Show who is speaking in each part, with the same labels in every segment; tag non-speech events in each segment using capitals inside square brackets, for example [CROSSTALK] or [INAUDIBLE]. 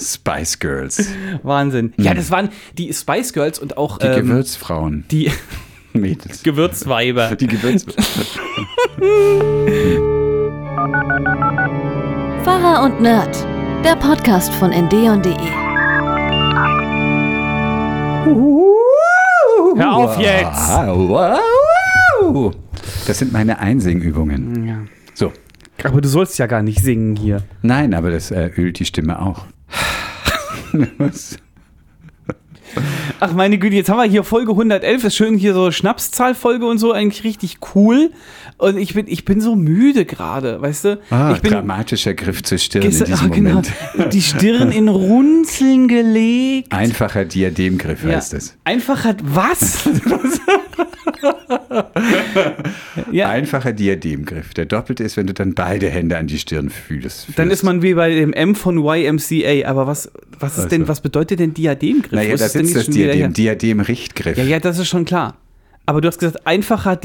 Speaker 1: Spice Girls.
Speaker 2: Wahnsinn. Ja, das waren die Spice Girls und auch
Speaker 1: Die
Speaker 2: ähm,
Speaker 1: Gewürzfrauen.
Speaker 2: die [LAUGHS]
Speaker 1: Mädels.
Speaker 2: Gewürzweiber.
Speaker 1: Die [LAUGHS] Gewürzfrauen.
Speaker 3: Pfarrer und Nerd, der Podcast von ndeon.de.
Speaker 2: Hör auf jetzt!
Speaker 1: Wow, wow. Das sind meine Einsingübungen. So.
Speaker 2: Aber du sollst ja gar nicht singen hier.
Speaker 1: Nein, aber das äh, ölt die Stimme
Speaker 2: [LAUGHS]
Speaker 1: auch. Was?
Speaker 2: Ach meine Güte, jetzt haben wir hier Folge 111, ist schön hier so Schnapszahlfolge und so, eigentlich richtig cool. Und ich bin, ich bin so müde gerade, weißt du?
Speaker 1: Ah,
Speaker 2: ich bin
Speaker 1: dramatischer Griff zur Stirn
Speaker 2: gestern-
Speaker 1: in diesem
Speaker 2: ah, [LAUGHS] genau,
Speaker 1: Moment.
Speaker 2: die Stirn in Runzeln gelegt.
Speaker 1: Einfacher Diademgriff
Speaker 2: Ja.
Speaker 1: heißt es.
Speaker 2: Einfach hat [LAUGHS] was? ja,
Speaker 1: Einfacher Diademgriff. Der doppelte ist, wenn du dann beide Hände an die Stirn fühlst.
Speaker 2: dann
Speaker 1: führst.
Speaker 2: ist man wie bei dem M von YMCA. Aber was, was ist denn,
Speaker 1: Also.
Speaker 2: was bedeutet denn Diademgriff? Wo
Speaker 1: Naja,
Speaker 2: ist
Speaker 1: da
Speaker 2: es denn
Speaker 1: sitzt das
Speaker 2: jetzt schon wieder her?
Speaker 1: Diadem. Diadem-Richtgriff.
Speaker 2: Ja, ja, das ist schon klar. Aber du hast gesagt, einfacher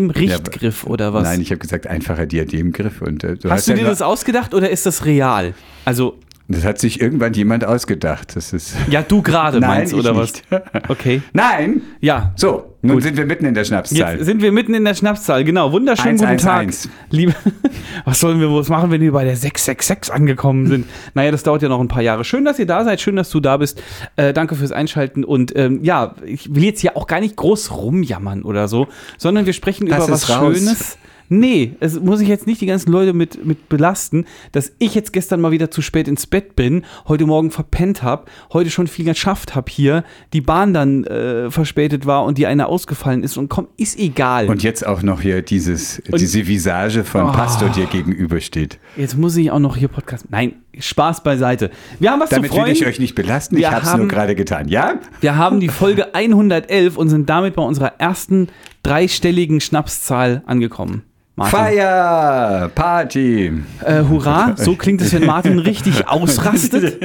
Speaker 2: Diadem-Richtgriff
Speaker 1: Ja, aber-
Speaker 2: oder was?
Speaker 1: Nein, ich habe gesagt, einfacher Diademgriff. Und, äh, du
Speaker 2: hast du
Speaker 1: ja
Speaker 2: dir
Speaker 1: nur-
Speaker 2: das ausgedacht oder ist das real? Also,
Speaker 1: Das hat sich irgendwann jemand ausgedacht. Das ist.
Speaker 2: ja, du gerade
Speaker 1: Nein,
Speaker 2: meinst
Speaker 1: ich
Speaker 2: oder
Speaker 1: nicht.
Speaker 2: was? Okay.
Speaker 1: [LAUGHS] Nein!
Speaker 2: Ja.
Speaker 1: So, nun sind wir mitten in der Schnapszahl.
Speaker 2: Jetzt sind wir mitten in der Schnapszahl, genau. Wunderschönen
Speaker 1: Eins,
Speaker 2: guten
Speaker 1: eins,
Speaker 2: Tag.
Speaker 1: eins.
Speaker 2: Liebe, [LAUGHS] was sollen wir was machen, wenn wir bei der 666 angekommen sind? Naja, das dauert ja noch ein paar Jahre. Schön, dass ihr da seid, schön, dass du da bist. Äh, danke fürs Einschalten. Und ähm, ja, ich will jetzt hier auch gar nicht groß rumjammern oder so, sondern wir sprechen
Speaker 1: Lass
Speaker 2: über was
Speaker 1: es raus.
Speaker 2: Schönes. Nee, es muss ich jetzt nicht die ganzen Leute mit, mit belasten, dass ich jetzt gestern mal wieder zu spät ins Bett bin, heute Morgen verpennt habe, heute schon viel geschafft habe hier, die Bahn dann äh, verspätet war und die eine ausgefallen ist und komm, ist egal.
Speaker 1: Und jetzt auch noch hier dieses, diese Visage
Speaker 2: Oh.
Speaker 1: von Pastor dir gegenübersteht.
Speaker 2: Jetzt muss ich auch noch hier Podcast. Nein, Spaß beiseite. Wir haben was
Speaker 1: Damit
Speaker 2: zu freuen.
Speaker 1: will ich euch nicht belasten, ich
Speaker 2: Wir
Speaker 1: habe es nur
Speaker 2: haben-
Speaker 1: gerade getan. Ja?
Speaker 2: Wir haben die
Speaker 1: [LAUGHS]
Speaker 2: Folge 111 und sind damit bei unserer ersten dreistelligen Schnapszahl angekommen. Martin.
Speaker 1: Feier! Party!
Speaker 2: Äh,
Speaker 1: [LAUGHS]
Speaker 2: hurra, so klingt es, wenn Martin richtig ausrastet.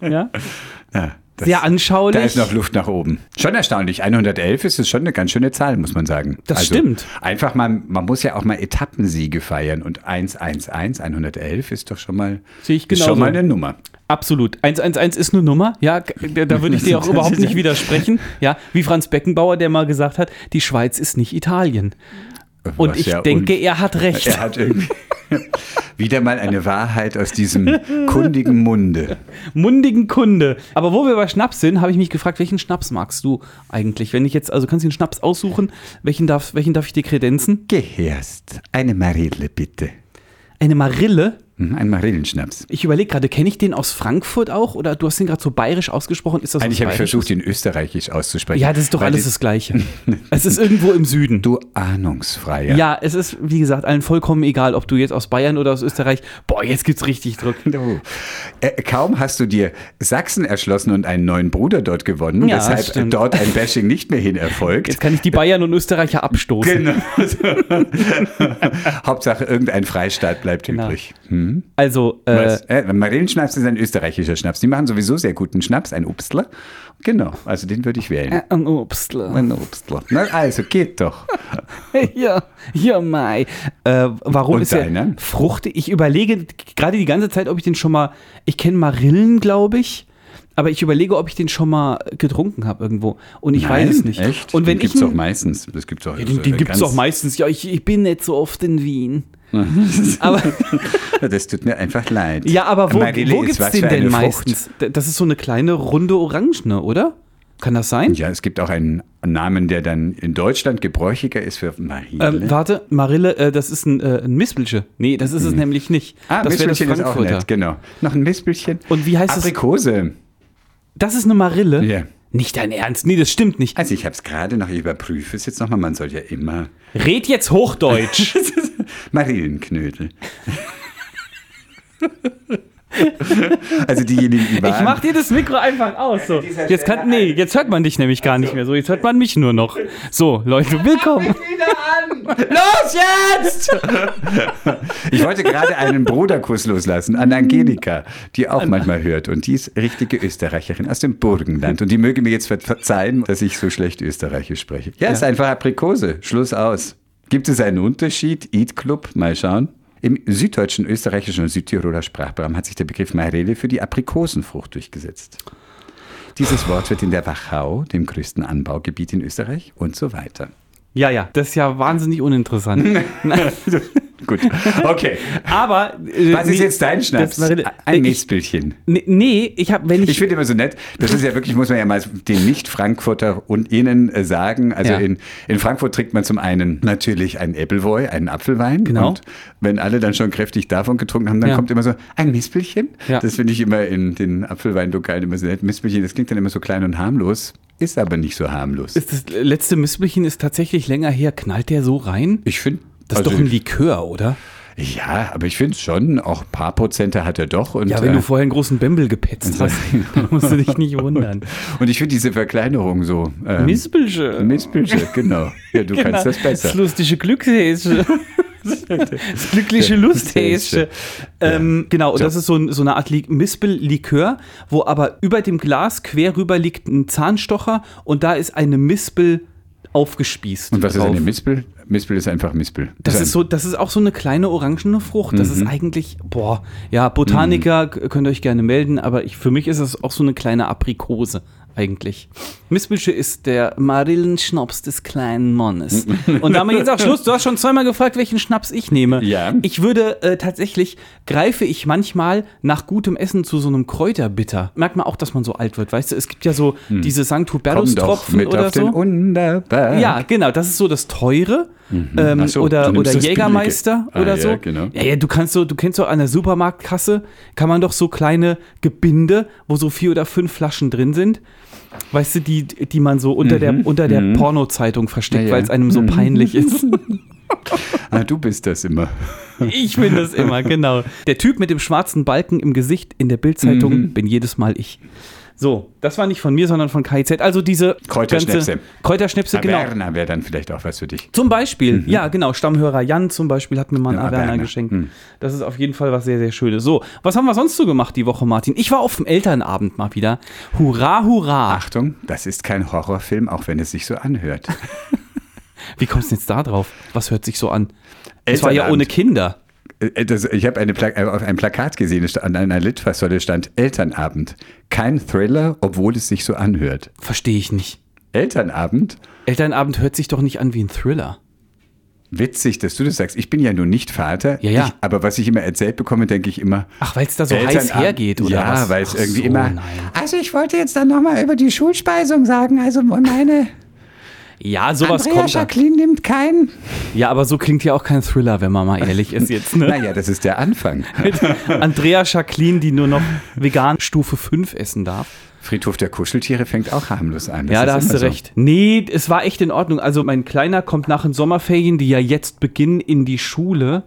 Speaker 2: Ja?
Speaker 1: Ja, das,
Speaker 2: Sehr anschaulich.
Speaker 1: da ist noch Luft nach oben. Schon erstaunlich. 111 ist es schon eine ganz schöne Zahl, muss man sagen. Also
Speaker 2: Das stimmt.
Speaker 1: Einfach mal, man muss ja auch mal Etappensiege feiern und 111, 111 ist doch schon mal,
Speaker 2: Sehe ich
Speaker 1: ist schon
Speaker 2: genauso.
Speaker 1: mal eine Nummer.
Speaker 2: Absolut. 111 ist eine Nummer. Ja, da da würde
Speaker 1: [LAUGHS]
Speaker 2: ich dir auch überhaupt nicht widersprechen. Ja, wie Franz Beckenbauer, der mal gesagt hat, die Schweiz ist nicht Italien. Und
Speaker 1: Was
Speaker 2: ich
Speaker 1: ja
Speaker 2: denke,
Speaker 1: [LAUGHS]
Speaker 2: er hat recht.
Speaker 1: Er hat irgendwie wieder mal eine Wahrheit aus
Speaker 2: [LAUGHS]
Speaker 1: diesem kundigen Munde.
Speaker 2: mundigen Kunde. Aber wo wir bei Schnaps sind, habe ich mich gefragt, welchen Schnaps magst du eigentlich? Wenn ich jetzt, also kannst du den Schnaps aussuchen, welchen darf, welchen darf ich dir kredenzen?
Speaker 1: Gehörst, eine Marille bitte.
Speaker 2: Eine Marille.
Speaker 1: Mhm, Ein Marillenschnaps.
Speaker 2: Ich überlege gerade, kenne ich den aus Frankfurt auch oder du hast den gerade so bayerisch ausgesprochen? Ist das
Speaker 1: Eigentlich habe ich
Speaker 2: bayerisch?
Speaker 1: versucht, ihn österreichisch auszusprechen.
Speaker 2: Ja, das ist doch
Speaker 1: weil
Speaker 2: alles
Speaker 1: die-
Speaker 2: das
Speaker 1: [LAUGHS]
Speaker 2: Gleiche. es ist irgendwo im Süden.
Speaker 1: Du ahnungsfreier.
Speaker 2: ja. es ist, wie gesagt, allen vollkommen egal, ob du jetzt aus Bayern oder aus Österreich. Boah, jetzt gibt's richtig Druck.
Speaker 1: Du. Äh, kaum hast du dir Sachsen erschlossen und einen neuen Bruder dort gewonnen,
Speaker 2: Ja,
Speaker 1: weshalb
Speaker 2: stimmt.
Speaker 1: dort ein Bashing nicht mehr hin erfolgt.
Speaker 2: Jetzt kann ich die Bayern und Österreicher abstoßen.
Speaker 1: Genau. Hauptsache, irgendein Freistaat bleibt übrig.
Speaker 2: Also, Genau. äh,
Speaker 1: Was? Äh, Marillenschnaps ist ein österreichischer Schnaps. Die machen sowieso sehr guten Schnaps, ein Obstler. Genau, also den würde ich wählen.
Speaker 2: äh, ein Obstler.
Speaker 1: Ein Obstler. Na, also geht doch.
Speaker 2: [LAUGHS] ja, ja, Mai. Äh, warum
Speaker 1: Und
Speaker 2: ist der
Speaker 1: deiner?
Speaker 2: Frucht? Ich überlege gerade die ganze Zeit, ob ich den schon mal. Ich kenne Marillen, glaube ich. Aber ich überlege, ob ich den schon mal getrunken habe irgendwo. Und ich weiß es nicht.
Speaker 1: Echt?
Speaker 2: Und wenn
Speaker 1: den
Speaker 2: ich.
Speaker 1: gibt es auch
Speaker 2: ihn-
Speaker 1: meistens. Das gibt's auch,
Speaker 2: den den gibt es auch meistens. Ja, ich, ich bin nicht so oft in Wien. aber
Speaker 1: [LAUGHS] Das tut mir einfach leid.
Speaker 2: ja, aber wo,
Speaker 1: Marille
Speaker 2: wo
Speaker 1: ist
Speaker 2: gibt es
Speaker 1: was
Speaker 2: den
Speaker 1: für
Speaker 2: denn
Speaker 1: eine Frucht.
Speaker 2: meistens? D- Das ist so eine kleine runde Orangene, oder? Kann das sein?
Speaker 1: Ja, es gibt auch einen Namen, der dann in Deutschland gebräuchiger ist für Marille.
Speaker 2: Ähm, warte, Marille, äh, das ist ein, äh, ein Mispelche. Nee, das ist es nämlich nicht.
Speaker 1: ah,
Speaker 2: das wäre das
Speaker 1: Mispelchen ist auch
Speaker 2: Frankfurter.
Speaker 1: nett, genau. Noch ein Mispelchen.
Speaker 2: Und wie heißt das?
Speaker 1: Aprikose.
Speaker 2: Das ist eine Marille?
Speaker 1: Ja.
Speaker 2: Nicht dein Ernst? Nee, das stimmt nicht.
Speaker 1: Also ich habe es gerade noch, ich überprüfe es jetzt nochmal, man soll ja immer
Speaker 2: Red
Speaker 1: [LAUGHS]
Speaker 2: jetzt Hochdeutsch. [LAUGHS]
Speaker 1: Marillenknödel. also diejenigen, die
Speaker 2: Ich
Speaker 1: waren.
Speaker 2: mach dir das Mikro einfach aus. So.
Speaker 1: dieser
Speaker 2: Jetzt kann,
Speaker 1: Stelle Also
Speaker 2: nee, jetzt hört man dich nämlich gar nicht mehr so. Jetzt hört man mich nur noch. So,
Speaker 1: [LAUGHS]
Speaker 2: Leute, willkommen.
Speaker 1: Los jetzt! ich wollte gerade einen Bruderkuss loslassen an Angelika, die auch manchmal hört. Und die ist richtige Österreicherin aus dem Burgenland. Und die möge mir jetzt ver- verzeihen, dass ich so schlecht Österreichisch spreche. Ja, ist einfach Aprikose. Schluss aus. Gibt es einen Unterschied? Eat Club? Mal schauen. Im süddeutschen, österreichischen und südtiroler Sprachraum hat sich der Begriff Mairele für die Aprikosenfrucht durchgesetzt. Dieses Wort wird in der Wachau, dem größten Anbaugebiet in Österreich, und so weiter.
Speaker 2: Ja, ja, das ist ja wahnsinnig uninteressant.
Speaker 1: [LAUGHS] Gut, okay.
Speaker 2: Aber äh,
Speaker 1: Was ist
Speaker 2: nee,
Speaker 1: jetzt dein Schnaps?
Speaker 2: das war rela-
Speaker 1: Ein
Speaker 2: ich-
Speaker 1: Nächstbildchen.
Speaker 2: Nee, nee, ich habe, wenn ich,
Speaker 1: Ich finde immer so nett, das ist ja wirklich, muss man ja mal den Nicht-Frankfurter und Ihnen äh, sagen. Also
Speaker 2: Ja.
Speaker 1: in, in Frankfurt trinkt man zum einen natürlich einen Appleboy, einen Apfelwein.
Speaker 2: Genau.
Speaker 1: Und wenn alle dann schon kräftig davon getrunken haben, dann
Speaker 2: Ja.
Speaker 1: kommt immer so ein Mispelchen.
Speaker 2: Ja.
Speaker 1: Das finde ich immer in den Apfelweinlokalen immer so nett. Mispelchen, das klingt dann immer so klein und harmlos, ist aber nicht so harmlos.
Speaker 2: ist das letzte Mispelchen ist tatsächlich länger her. Knallt der so rein?
Speaker 1: Also ich finde.
Speaker 2: Das ist doch ein Likör, oder?
Speaker 1: Ja, aber ich finde es schon, auch ein paar Prozente hat er doch. Und,
Speaker 2: Ja, wenn
Speaker 1: äh,
Speaker 2: du vorher einen großen Bembel gepetzt
Speaker 1: Also
Speaker 2: hast,
Speaker 1: [LAUGHS]
Speaker 2: dann musst du dich nicht wundern.
Speaker 1: und ich finde diese Verkleinerung so. Ähm,
Speaker 2: Mispelsche.
Speaker 1: Mispelchen, genau. Ja,
Speaker 2: [LAUGHS]
Speaker 1: du kannst das besser.
Speaker 2: Das lustige
Speaker 1: [LAUGHS]
Speaker 2: Glückshäsche. Das glückliche Lusthäsche. Ähm, genau, und das ist so, ein, so eine Art Li- Mispel-Likör, wo aber über dem Glas quer rüber liegt ein Zahnstocher und da ist eine Mispel aufgespießt.
Speaker 1: Und was ist
Speaker 2: drauf.
Speaker 1: eine Mispel? Mispel ist einfach Mispel.
Speaker 2: Das ist so, das ist auch so eine kleine orangene Frucht. Das
Speaker 1: Mhm.
Speaker 2: ist eigentlich, boah, ja, Botaniker k- könnt ihr euch gerne melden, aber ich, für mich ist das auch so eine kleine Aprikose eigentlich. Mispelsche ist der Marillenschnaps des
Speaker 1: [LAUGHS]
Speaker 2: kleinen Mannes. Und damit jetzt auch Schluss. Du hast schon zweimal gefragt, welchen Schnaps ich nehme.
Speaker 1: Ja.
Speaker 2: Ich würde äh, tatsächlich, greife ich manchmal nach gutem Essen zu so einem Kräuterbitter. Merkt man auch, dass man so alt wird, weißt du? Es gibt ja so diese St.
Speaker 1: Komm Hm. doch
Speaker 2: Hubertus-Tropfen
Speaker 1: mit
Speaker 2: oder
Speaker 1: auf
Speaker 2: so.
Speaker 1: den Unterberg.
Speaker 2: Ja, genau, das ist so das Teure ähm,
Speaker 1: Mhm. Ach so, du
Speaker 2: oder,
Speaker 1: nimmst
Speaker 2: oder
Speaker 1: das Billige.
Speaker 2: Jägermeister
Speaker 1: Ah,
Speaker 2: oder
Speaker 1: ja,
Speaker 2: so.
Speaker 1: genau.
Speaker 2: ja, ja, du kannst so, du kennst so an der Supermarktkasse, kann man doch so kleine Gebinde, wo so vier oder fünf Flaschen drin sind, weißt du, die, die man so unter der, unter der Pornozeitung versteckt,
Speaker 1: Mhm, Ja, ja. Mhm.
Speaker 2: weil es einem so peinlich ist. [LAUGHS]
Speaker 1: Ah, du bist das immer.
Speaker 2: Ich bin das immer, genau. Der Typ mit dem schwarzen Balken im Gesicht in der Bildzeitung
Speaker 1: Mhm.
Speaker 2: bin jedes Mal ich. So, das war nicht von mir, sondern von KIZ. Also diese
Speaker 1: Kräuterschnäpse.
Speaker 2: ganze- Kräuterschnäpse,
Speaker 1: Genau.
Speaker 2: genau.
Speaker 1: Werner wäre dann vielleicht auch was für dich.
Speaker 2: Zum Beispiel, ja, genau. Stammhörer Jan zum Beispiel hat mir mal einen
Speaker 1: Mhm. Ja,
Speaker 2: Averna
Speaker 1: Averna.
Speaker 2: geschenkt.
Speaker 1: Hm.
Speaker 2: Das ist auf jeden Fall was sehr, sehr Schönes. So, was haben wir sonst so gemacht die Woche, Martin? Ich war auf dem Elternabend mal wieder. Hurra, hurra.
Speaker 1: Achtung, das ist kein Horrorfilm, auch wenn es sich so
Speaker 2: [LAUGHS]
Speaker 1: anhört.
Speaker 2: Wie kommst du denn jetzt da drauf? Was hört sich so an? Es war ja ohne Kinder.
Speaker 1: Äh, Das, ich habe eine Pla äh, auf einem Plakat gesehen, es stand- an einer Litfaßsäule stand Elternabend. Kein Thriller, obwohl es sich so anhört.
Speaker 2: Verstehe ich nicht.
Speaker 1: Elternabend?
Speaker 2: Elternabend hört sich doch nicht an wie ein Thriller.
Speaker 1: Witzig, dass du das sagst. Ich bin ja nun nicht Vater,
Speaker 2: Ja, ja.
Speaker 1: Ich, aber was ich immer erzählt bekomme, denke ich immer,
Speaker 2: Ach, weil es da so heiß
Speaker 1: Elternabend-
Speaker 2: hergeht, oder
Speaker 1: ja,
Speaker 2: was?
Speaker 1: weil es
Speaker 2: Ach
Speaker 1: irgendwie
Speaker 2: so,
Speaker 1: immer.
Speaker 2: Nein.
Speaker 1: Also ich wollte jetzt dann nochmal über die Schulspeisung sagen. Also meine
Speaker 2: Ja, [LAUGHS] sowas kommt da.
Speaker 1: nimmt keinen.
Speaker 2: Ja, aber so klingt ja auch kein Thriller,
Speaker 1: [LAUGHS]
Speaker 2: wenn man mal ehrlich ist jetzt, ne?
Speaker 1: Naja, das ist der
Speaker 2: [LAUGHS]
Speaker 1: Anfang.
Speaker 2: mit Andrea Jacqueline, die nur noch vegan Stufe 5 essen darf.
Speaker 1: Friedhof der Kuscheltiere fängt auch harmlos an. Das
Speaker 2: ja, da
Speaker 1: ist
Speaker 2: hast
Speaker 1: immer
Speaker 2: du
Speaker 1: so.
Speaker 2: recht. Nee, es war echt in Ordnung. Also mein Kleiner kommt nach den Sommerferien, die ja jetzt beginnen, in die Schule.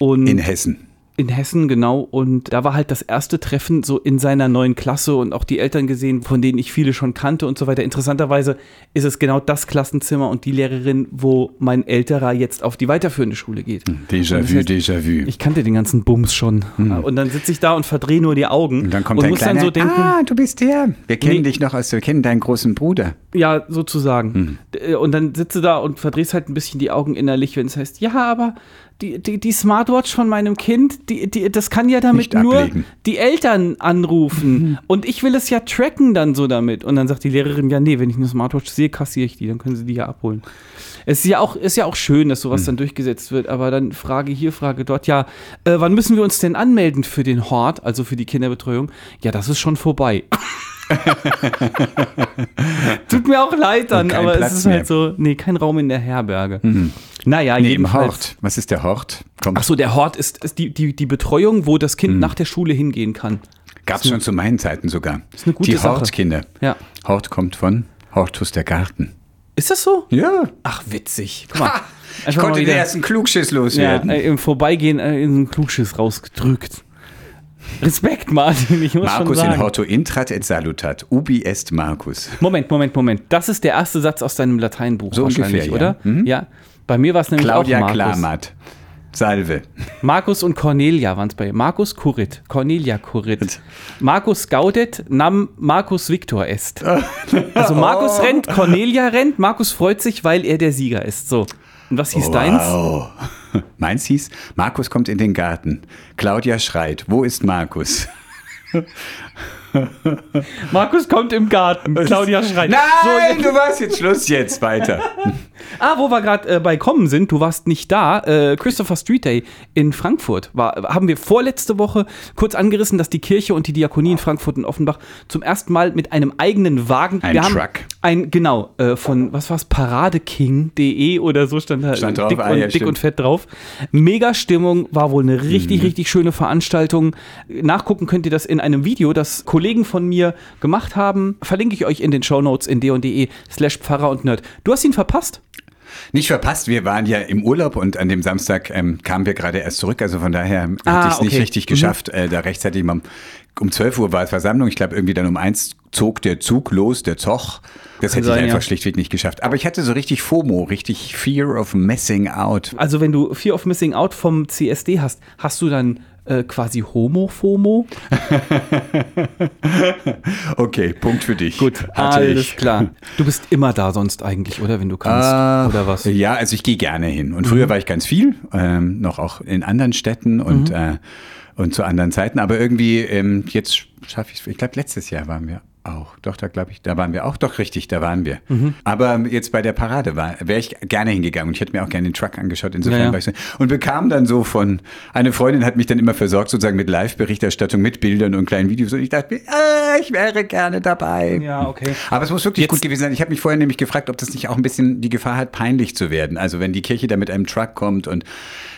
Speaker 2: Und
Speaker 1: In
Speaker 2: in,
Speaker 1: Hessen.
Speaker 2: Hessen, genau. Und da war halt das erste Treffen so in seiner neuen Klasse und auch die Eltern gesehen, von denen ich viele schon kannte und so weiter. Interessanterweise ist es genau das Klassenzimmer und die Lehrerin, wo mein Älterer jetzt auf die weiterführende Schule geht.
Speaker 1: Mhm. Déjà vu, déjà vu.
Speaker 2: halt- Ich kannte den ganzen Bums schon. Und dann sitze ich da und verdrehe nur die Augen.
Speaker 1: Mhm. Und dann kommt
Speaker 2: und
Speaker 1: dein
Speaker 2: muss
Speaker 1: kleiner,
Speaker 2: dann so denken,
Speaker 1: ah, du bist der. Wir kennen
Speaker 2: Nee.
Speaker 1: dich noch aus, wir kennen deinen großen Bruder.
Speaker 2: ja,
Speaker 1: Hm.
Speaker 2: sozusagen. D- äh, Und dann sitze da und verdrehst halt ein bisschen die Augen innerlich, wenn es heißt, ja, aber die, die, die Smartwatch von meinem Kind, die, die, das kann ja damit
Speaker 1: Nicht
Speaker 2: nur
Speaker 1: ablegen.
Speaker 2: die Eltern
Speaker 1: [LAUGHS]
Speaker 2: anrufen. Und ich will es ja tracken dann so damit. Und dann sagt die Lehrerin, ja, nee, wenn ich eine Smartwatch sehe, kassiere ich die, dann können sie die ja abholen. Es ist ja auch, ist ja auch schön, dass
Speaker 1: Hm.
Speaker 2: sowas dann durchgesetzt wird, aber dann Frage hier, Frage dort, ja, äh, wann müssen wir uns denn anmelden für den Hort, also für die Kinderbetreuung? Ja, das ist schon vorbei. Tut mir auch leid dann,
Speaker 1: Und kein
Speaker 2: aber
Speaker 1: Platz
Speaker 2: es ist halt
Speaker 1: mehr.
Speaker 2: so, nee, kein Raum in der Herberge. Naja,
Speaker 1: Nee, im
Speaker 2: jedenfalls.
Speaker 1: Hort. Was ist der Hort? Komm,
Speaker 2: Ach so, der Hort ist, ist die, die, die Betreuung, wo das Kind nach der Schule hingehen kann.
Speaker 1: gab es schon zu meinen Zeiten sogar.
Speaker 2: eine gute
Speaker 1: die
Speaker 2: Sache.
Speaker 1: Hortkinder.
Speaker 2: Ja.
Speaker 1: Hort kommt von Hortus der Garten.
Speaker 2: Ist das so?
Speaker 1: Ja.
Speaker 2: Ach, witzig. Guck mal. Einfach
Speaker 1: Ich
Speaker 2: mal
Speaker 1: konnte den
Speaker 2: wieder-
Speaker 1: ersten Klugschiss
Speaker 2: ja,
Speaker 1: loswerden.
Speaker 2: äh, im Vorbeigehen äh, in so einen Klugschiss rausgedrückt. Respekt, Martin, ich muss
Speaker 1: Markus
Speaker 2: schon
Speaker 1: in
Speaker 2: sagen.
Speaker 1: Horto intrat et salutat. Ubi est Markus.
Speaker 2: Moment, Moment, Moment. Das ist der erste Satz aus deinem Lateinbuch
Speaker 1: So
Speaker 2: wahrscheinlich,
Speaker 1: ungefähr, ja.
Speaker 2: oder? Ja. Mhm. Bei mir war es nämlich auch
Speaker 1: Claudia
Speaker 2: Markus.
Speaker 1: Klamat. Salve.
Speaker 2: Markus und Cornelia waren es bei Markus Kurit, Cornelia Kurit. Markus Gaudet nam Markus Victor est. Also Markus rennt, Cornelia rennt, Markus freut sich, weil er der Sieger ist. So. Und was hieß deins?
Speaker 1: Oh, Wow. [LAUGHS] Meins hieß, Markus kommt in den Garten. Claudia schreit, wo ist Markus?
Speaker 2: Markus kommt im Garten. Claudia
Speaker 1: [LAUGHS]
Speaker 2: schreit.
Speaker 1: Nein,
Speaker 2: So,
Speaker 1: du warst jetzt Schluss jetzt weiter.
Speaker 2: ah, wo wir gerade äh, bei kommen sind, du warst nicht da. Äh, Christopher Street Day in Frankfurt war, haben wir vorletzte Woche kurz angerissen, dass die Kirche und die Diakonie in Frankfurt und Offenbach zum ersten Mal mit einem eigenen Wagen.
Speaker 1: Ein
Speaker 2: wir Haben
Speaker 1: Truck.
Speaker 2: ein, genau, äh, von, was war's, paradeking.de oder so stand da äh,
Speaker 1: Stand drauf,
Speaker 2: dick,
Speaker 1: ah,
Speaker 2: und,
Speaker 1: ja,
Speaker 2: dick
Speaker 1: stimmt. Mhm.
Speaker 2: und fett drauf. Mega Stimmung, war wohl eine richtig, richtig schöne Veranstaltung. Nachgucken könnt ihr das in einem Video, das Kollegen von mir gemacht haben. Verlinke ich euch in den Shownotes in d.de E slash Pfarrer und Nerd. Du hast ihn verpasst?
Speaker 1: Nicht verpasst, wir waren ja im Urlaub und an dem Samstag ähm, kamen wir gerade erst zurück. Also von daher
Speaker 2: Ah,
Speaker 1: hatte ich es nicht
Speaker 2: okay.
Speaker 1: richtig geschafft, äh, da rechtzeitig mal um- um 12 Uhr war es Versammlung. Ich glaube, irgendwie dann um 1 zog der Zug los, der Zoch. Das hätte
Speaker 2: sein,
Speaker 1: ich einfach
Speaker 2: ja.
Speaker 1: schlichtweg nicht geschafft. Aber ich hatte so richtig FOMO, richtig Fear of Messing Out.
Speaker 2: Also wenn du Fear of Missing Out vom CSD hast, hast du dann äh, quasi Homo-FOMO?
Speaker 1: Okay, Punkt für dich. hatte
Speaker 2: alles
Speaker 1: ich.
Speaker 2: klar. Du bist immer da sonst eigentlich, oder? Wenn du kannst,
Speaker 1: Ach,
Speaker 2: oder was?
Speaker 1: Ja, also ich gehe gerne hin. Und
Speaker 2: Mhm.
Speaker 1: früher war ich ganz viel, ähm, noch auch in anderen Städten und,
Speaker 2: Mhm.
Speaker 1: äh, und zu anderen Zeiten. Aber irgendwie, ähm, jetzt schaffe ich es. Ich glaube, letztes Jahr waren wir auch. Doch, da glaube ich, da waren wir auch. Doch, richtig, da waren wir.
Speaker 2: Mhm.
Speaker 1: Aber jetzt bei der Parade war, wäre ich gerne hingegangen. Und ich hätte mir auch gerne den Truck angeschaut. Insofern
Speaker 2: Ja, ja.
Speaker 1: war ich so. Und bekam dann so von, eine Freundin hat mich dann immer versorgt, sozusagen mit Live-Berichterstattung, mit Bildern und kleinen Videos. Und ich dachte mir, ah, ich wäre gerne dabei.
Speaker 2: Ja, okay.
Speaker 1: Aber es muss wirklich gut gewesen sein. Ich habe mich vorher nämlich gefragt, ob das nicht auch ein bisschen die Gefahr hat, peinlich zu werden. Also wenn die Kirche da mit einem Truck kommt und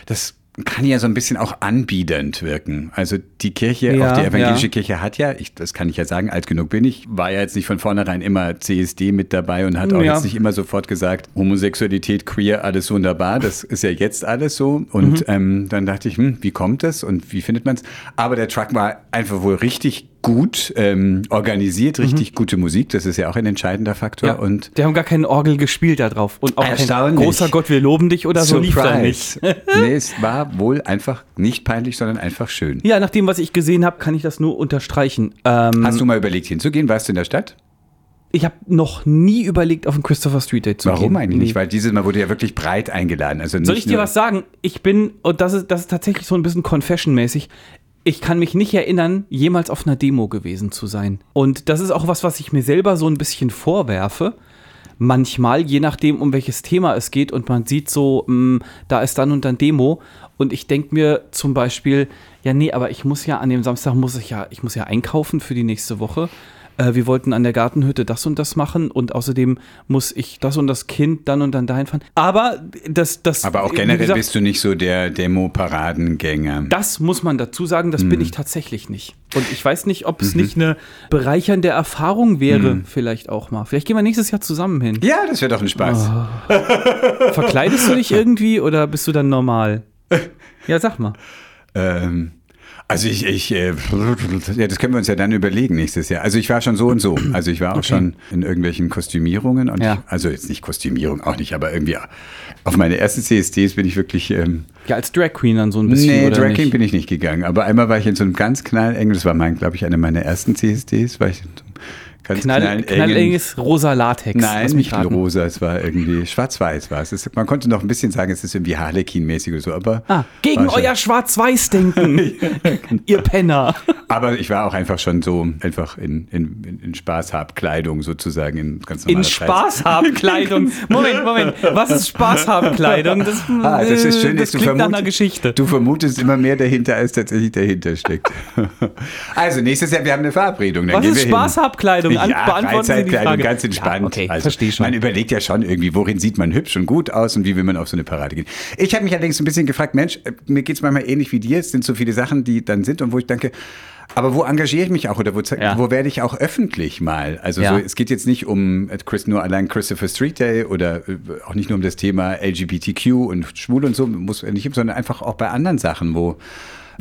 Speaker 1: das kann ja so ein bisschen auch anbiedernd wirken. Also die Kirche,
Speaker 2: Ja,
Speaker 1: auch die evangelische
Speaker 2: ja.
Speaker 1: Kirche hat ja, ich, das kann ich ja sagen, alt genug bin ich, war ja jetzt nicht von vornherein immer CSD mit dabei und hat auch
Speaker 2: Ja.
Speaker 1: jetzt nicht immer sofort gesagt, Homosexualität, Queer, alles wunderbar. Das ist ja jetzt alles so.
Speaker 2: Mhm.
Speaker 1: Und ähm, dann dachte ich, hm, wie kommt das und wie findet man es? Aber der Truck war einfach wohl richtig gut ähm, organisiert, richtig gute Musik. Das ist ja auch ein entscheidender Faktor.
Speaker 2: Mhm. Ja,
Speaker 1: und
Speaker 2: die haben gar keinen Orgel gespielt da drauf. Und auch kein
Speaker 1: Erstaunlich.
Speaker 2: großer Gott, wir loben dich oder so lief da nicht.
Speaker 1: Surprise. nee, es war wohl einfach nicht peinlich, sondern einfach schön.
Speaker 2: Ja, nach dem, was ich gesehen habe, kann ich das nur unterstreichen. Ähm,
Speaker 1: Hast du mal überlegt, hinzugehen? Warst du in der Stadt?
Speaker 2: ich habe noch nie überlegt, auf ein Christopher Street Date zu gehen.
Speaker 1: Warum eigentlich nicht?
Speaker 2: Nee.
Speaker 1: Weil dieses Mal wurde ja wirklich breit eingeladen. Also nicht
Speaker 2: Soll ich dir
Speaker 1: nur
Speaker 2: was sagen? Ich bin, und das ist, das ist tatsächlich so ein bisschen Confession-mäßig, ich kann mich nicht erinnern, jemals auf einer Demo gewesen zu sein. Und das ist auch was, was ich mir selber so ein bisschen vorwerfe. Manchmal, je nachdem, um welches Thema es geht, und man sieht so, mh, da ist dann und dann Demo. Und ich denke mir zum Beispiel, ja, nee, aber ich muss ja an dem Samstag, muss ich ja, ich muss ja einkaufen für die nächste Woche. Äh, wir wollten an der Gartenhütte das und das machen und außerdem muss ich das und das Kind dann und dann dahin fahren. Aber das, das.
Speaker 1: Aber auch
Speaker 2: wie
Speaker 1: generell
Speaker 2: gesagt,
Speaker 1: bist du nicht so der Demo-Paradengänger.
Speaker 2: das muss man dazu sagen, das
Speaker 1: Hm.
Speaker 2: bin ich tatsächlich nicht. Und ich weiß nicht, ob es
Speaker 1: Mhm.
Speaker 2: nicht eine bereichernde Erfahrung wäre,
Speaker 1: Hm.
Speaker 2: vielleicht auch mal. Vielleicht gehen wir nächstes Jahr zusammen hin.
Speaker 1: Ja, das wäre doch ein Spaß.
Speaker 2: Oh. Verkleidest
Speaker 1: [LAUGHS]
Speaker 2: du dich irgendwie oder bist du dann normal? Ja, sag mal.
Speaker 1: Ähm, also ich, ich äh, ja, das können wir uns ja dann überlegen nächstes Jahr. Also ich war schon so und so. Also ich war auch schon in irgendwelchen Kostümierungen und
Speaker 2: Ja.
Speaker 1: ich, also jetzt nicht Kostümierung auch nicht, aber irgendwie auf meine ersten CSDs bin ich wirklich ähm,
Speaker 2: Ja, als Drag Queen dann so ein bisschen.
Speaker 1: nee,
Speaker 2: oder
Speaker 1: Drag King
Speaker 2: nicht?
Speaker 1: bin ich nicht gegangen, aber einmal war ich in so einem ganz knallengen, das war mein, glaube ich, eine meiner ersten CSDs, war ich in so einem ganz
Speaker 2: Knall, knallenges rosa Latex.
Speaker 1: Nein,
Speaker 2: lass mich
Speaker 1: nicht
Speaker 2: raten.
Speaker 1: rosa, es war irgendwie schwarz-weiß war es. es. Man konnte noch ein bisschen sagen, es ist irgendwie Harlequin-mäßig oder so, aber
Speaker 2: Ah, gegen
Speaker 1: war schon-
Speaker 2: euer Schwarz-Weiß-Denken,
Speaker 1: [LAUGHS]
Speaker 2: ihr Penner.
Speaker 1: Aber ich war auch einfach schon so einfach in, in, in- in Spaßhabkleidung sozusagen in ganz normaler [LAUGHS]
Speaker 2: In Spaßhabkleidung. Moment, Moment. Was ist Spaßhabkleidung? Das,
Speaker 1: Ah, das ist schön, dass
Speaker 2: das
Speaker 1: du
Speaker 2: klingt nach einer
Speaker 1: vermut-
Speaker 2: Geschichte.
Speaker 1: Du vermutest immer mehr dahinter, als tatsächlich dahinter steckt. [LAUGHS] also nächstes Jahr, wir haben eine Verabredung. Dann
Speaker 2: Was
Speaker 1: gehen
Speaker 2: ist
Speaker 1: wir
Speaker 2: Spaßhabkleidung?
Speaker 1: Hin.
Speaker 2: An-
Speaker 1: Ja,
Speaker 2: beantworten Sie die
Speaker 1: Freizeitkleidung,
Speaker 2: Frage.
Speaker 1: ganz entspannt.
Speaker 2: Ja, okay,
Speaker 1: also,
Speaker 2: verstehe schon.
Speaker 1: Man überlegt ja schon irgendwie, worin sieht man hübsch und gut aus und wie will man auf so eine Parade gehen. Ich habe mich allerdings ein bisschen gefragt, Mensch, äh, mir geht es manchmal ähnlich wie dir. Es sind so viele Sachen, die dann sind und wo ich denke, aber wo engagiere ich mich auch oder wo, ze-
Speaker 2: Ja.
Speaker 1: wo werde ich auch öffentlich mal? Also
Speaker 2: Ja.
Speaker 1: so, es geht jetzt nicht um äh, Chris, nur allein Christopher Street Day oder äh, auch nicht nur um das Thema LGBTQ und schwul und so, muss ja nicht, hin, sondern einfach auch bei anderen Sachen, wo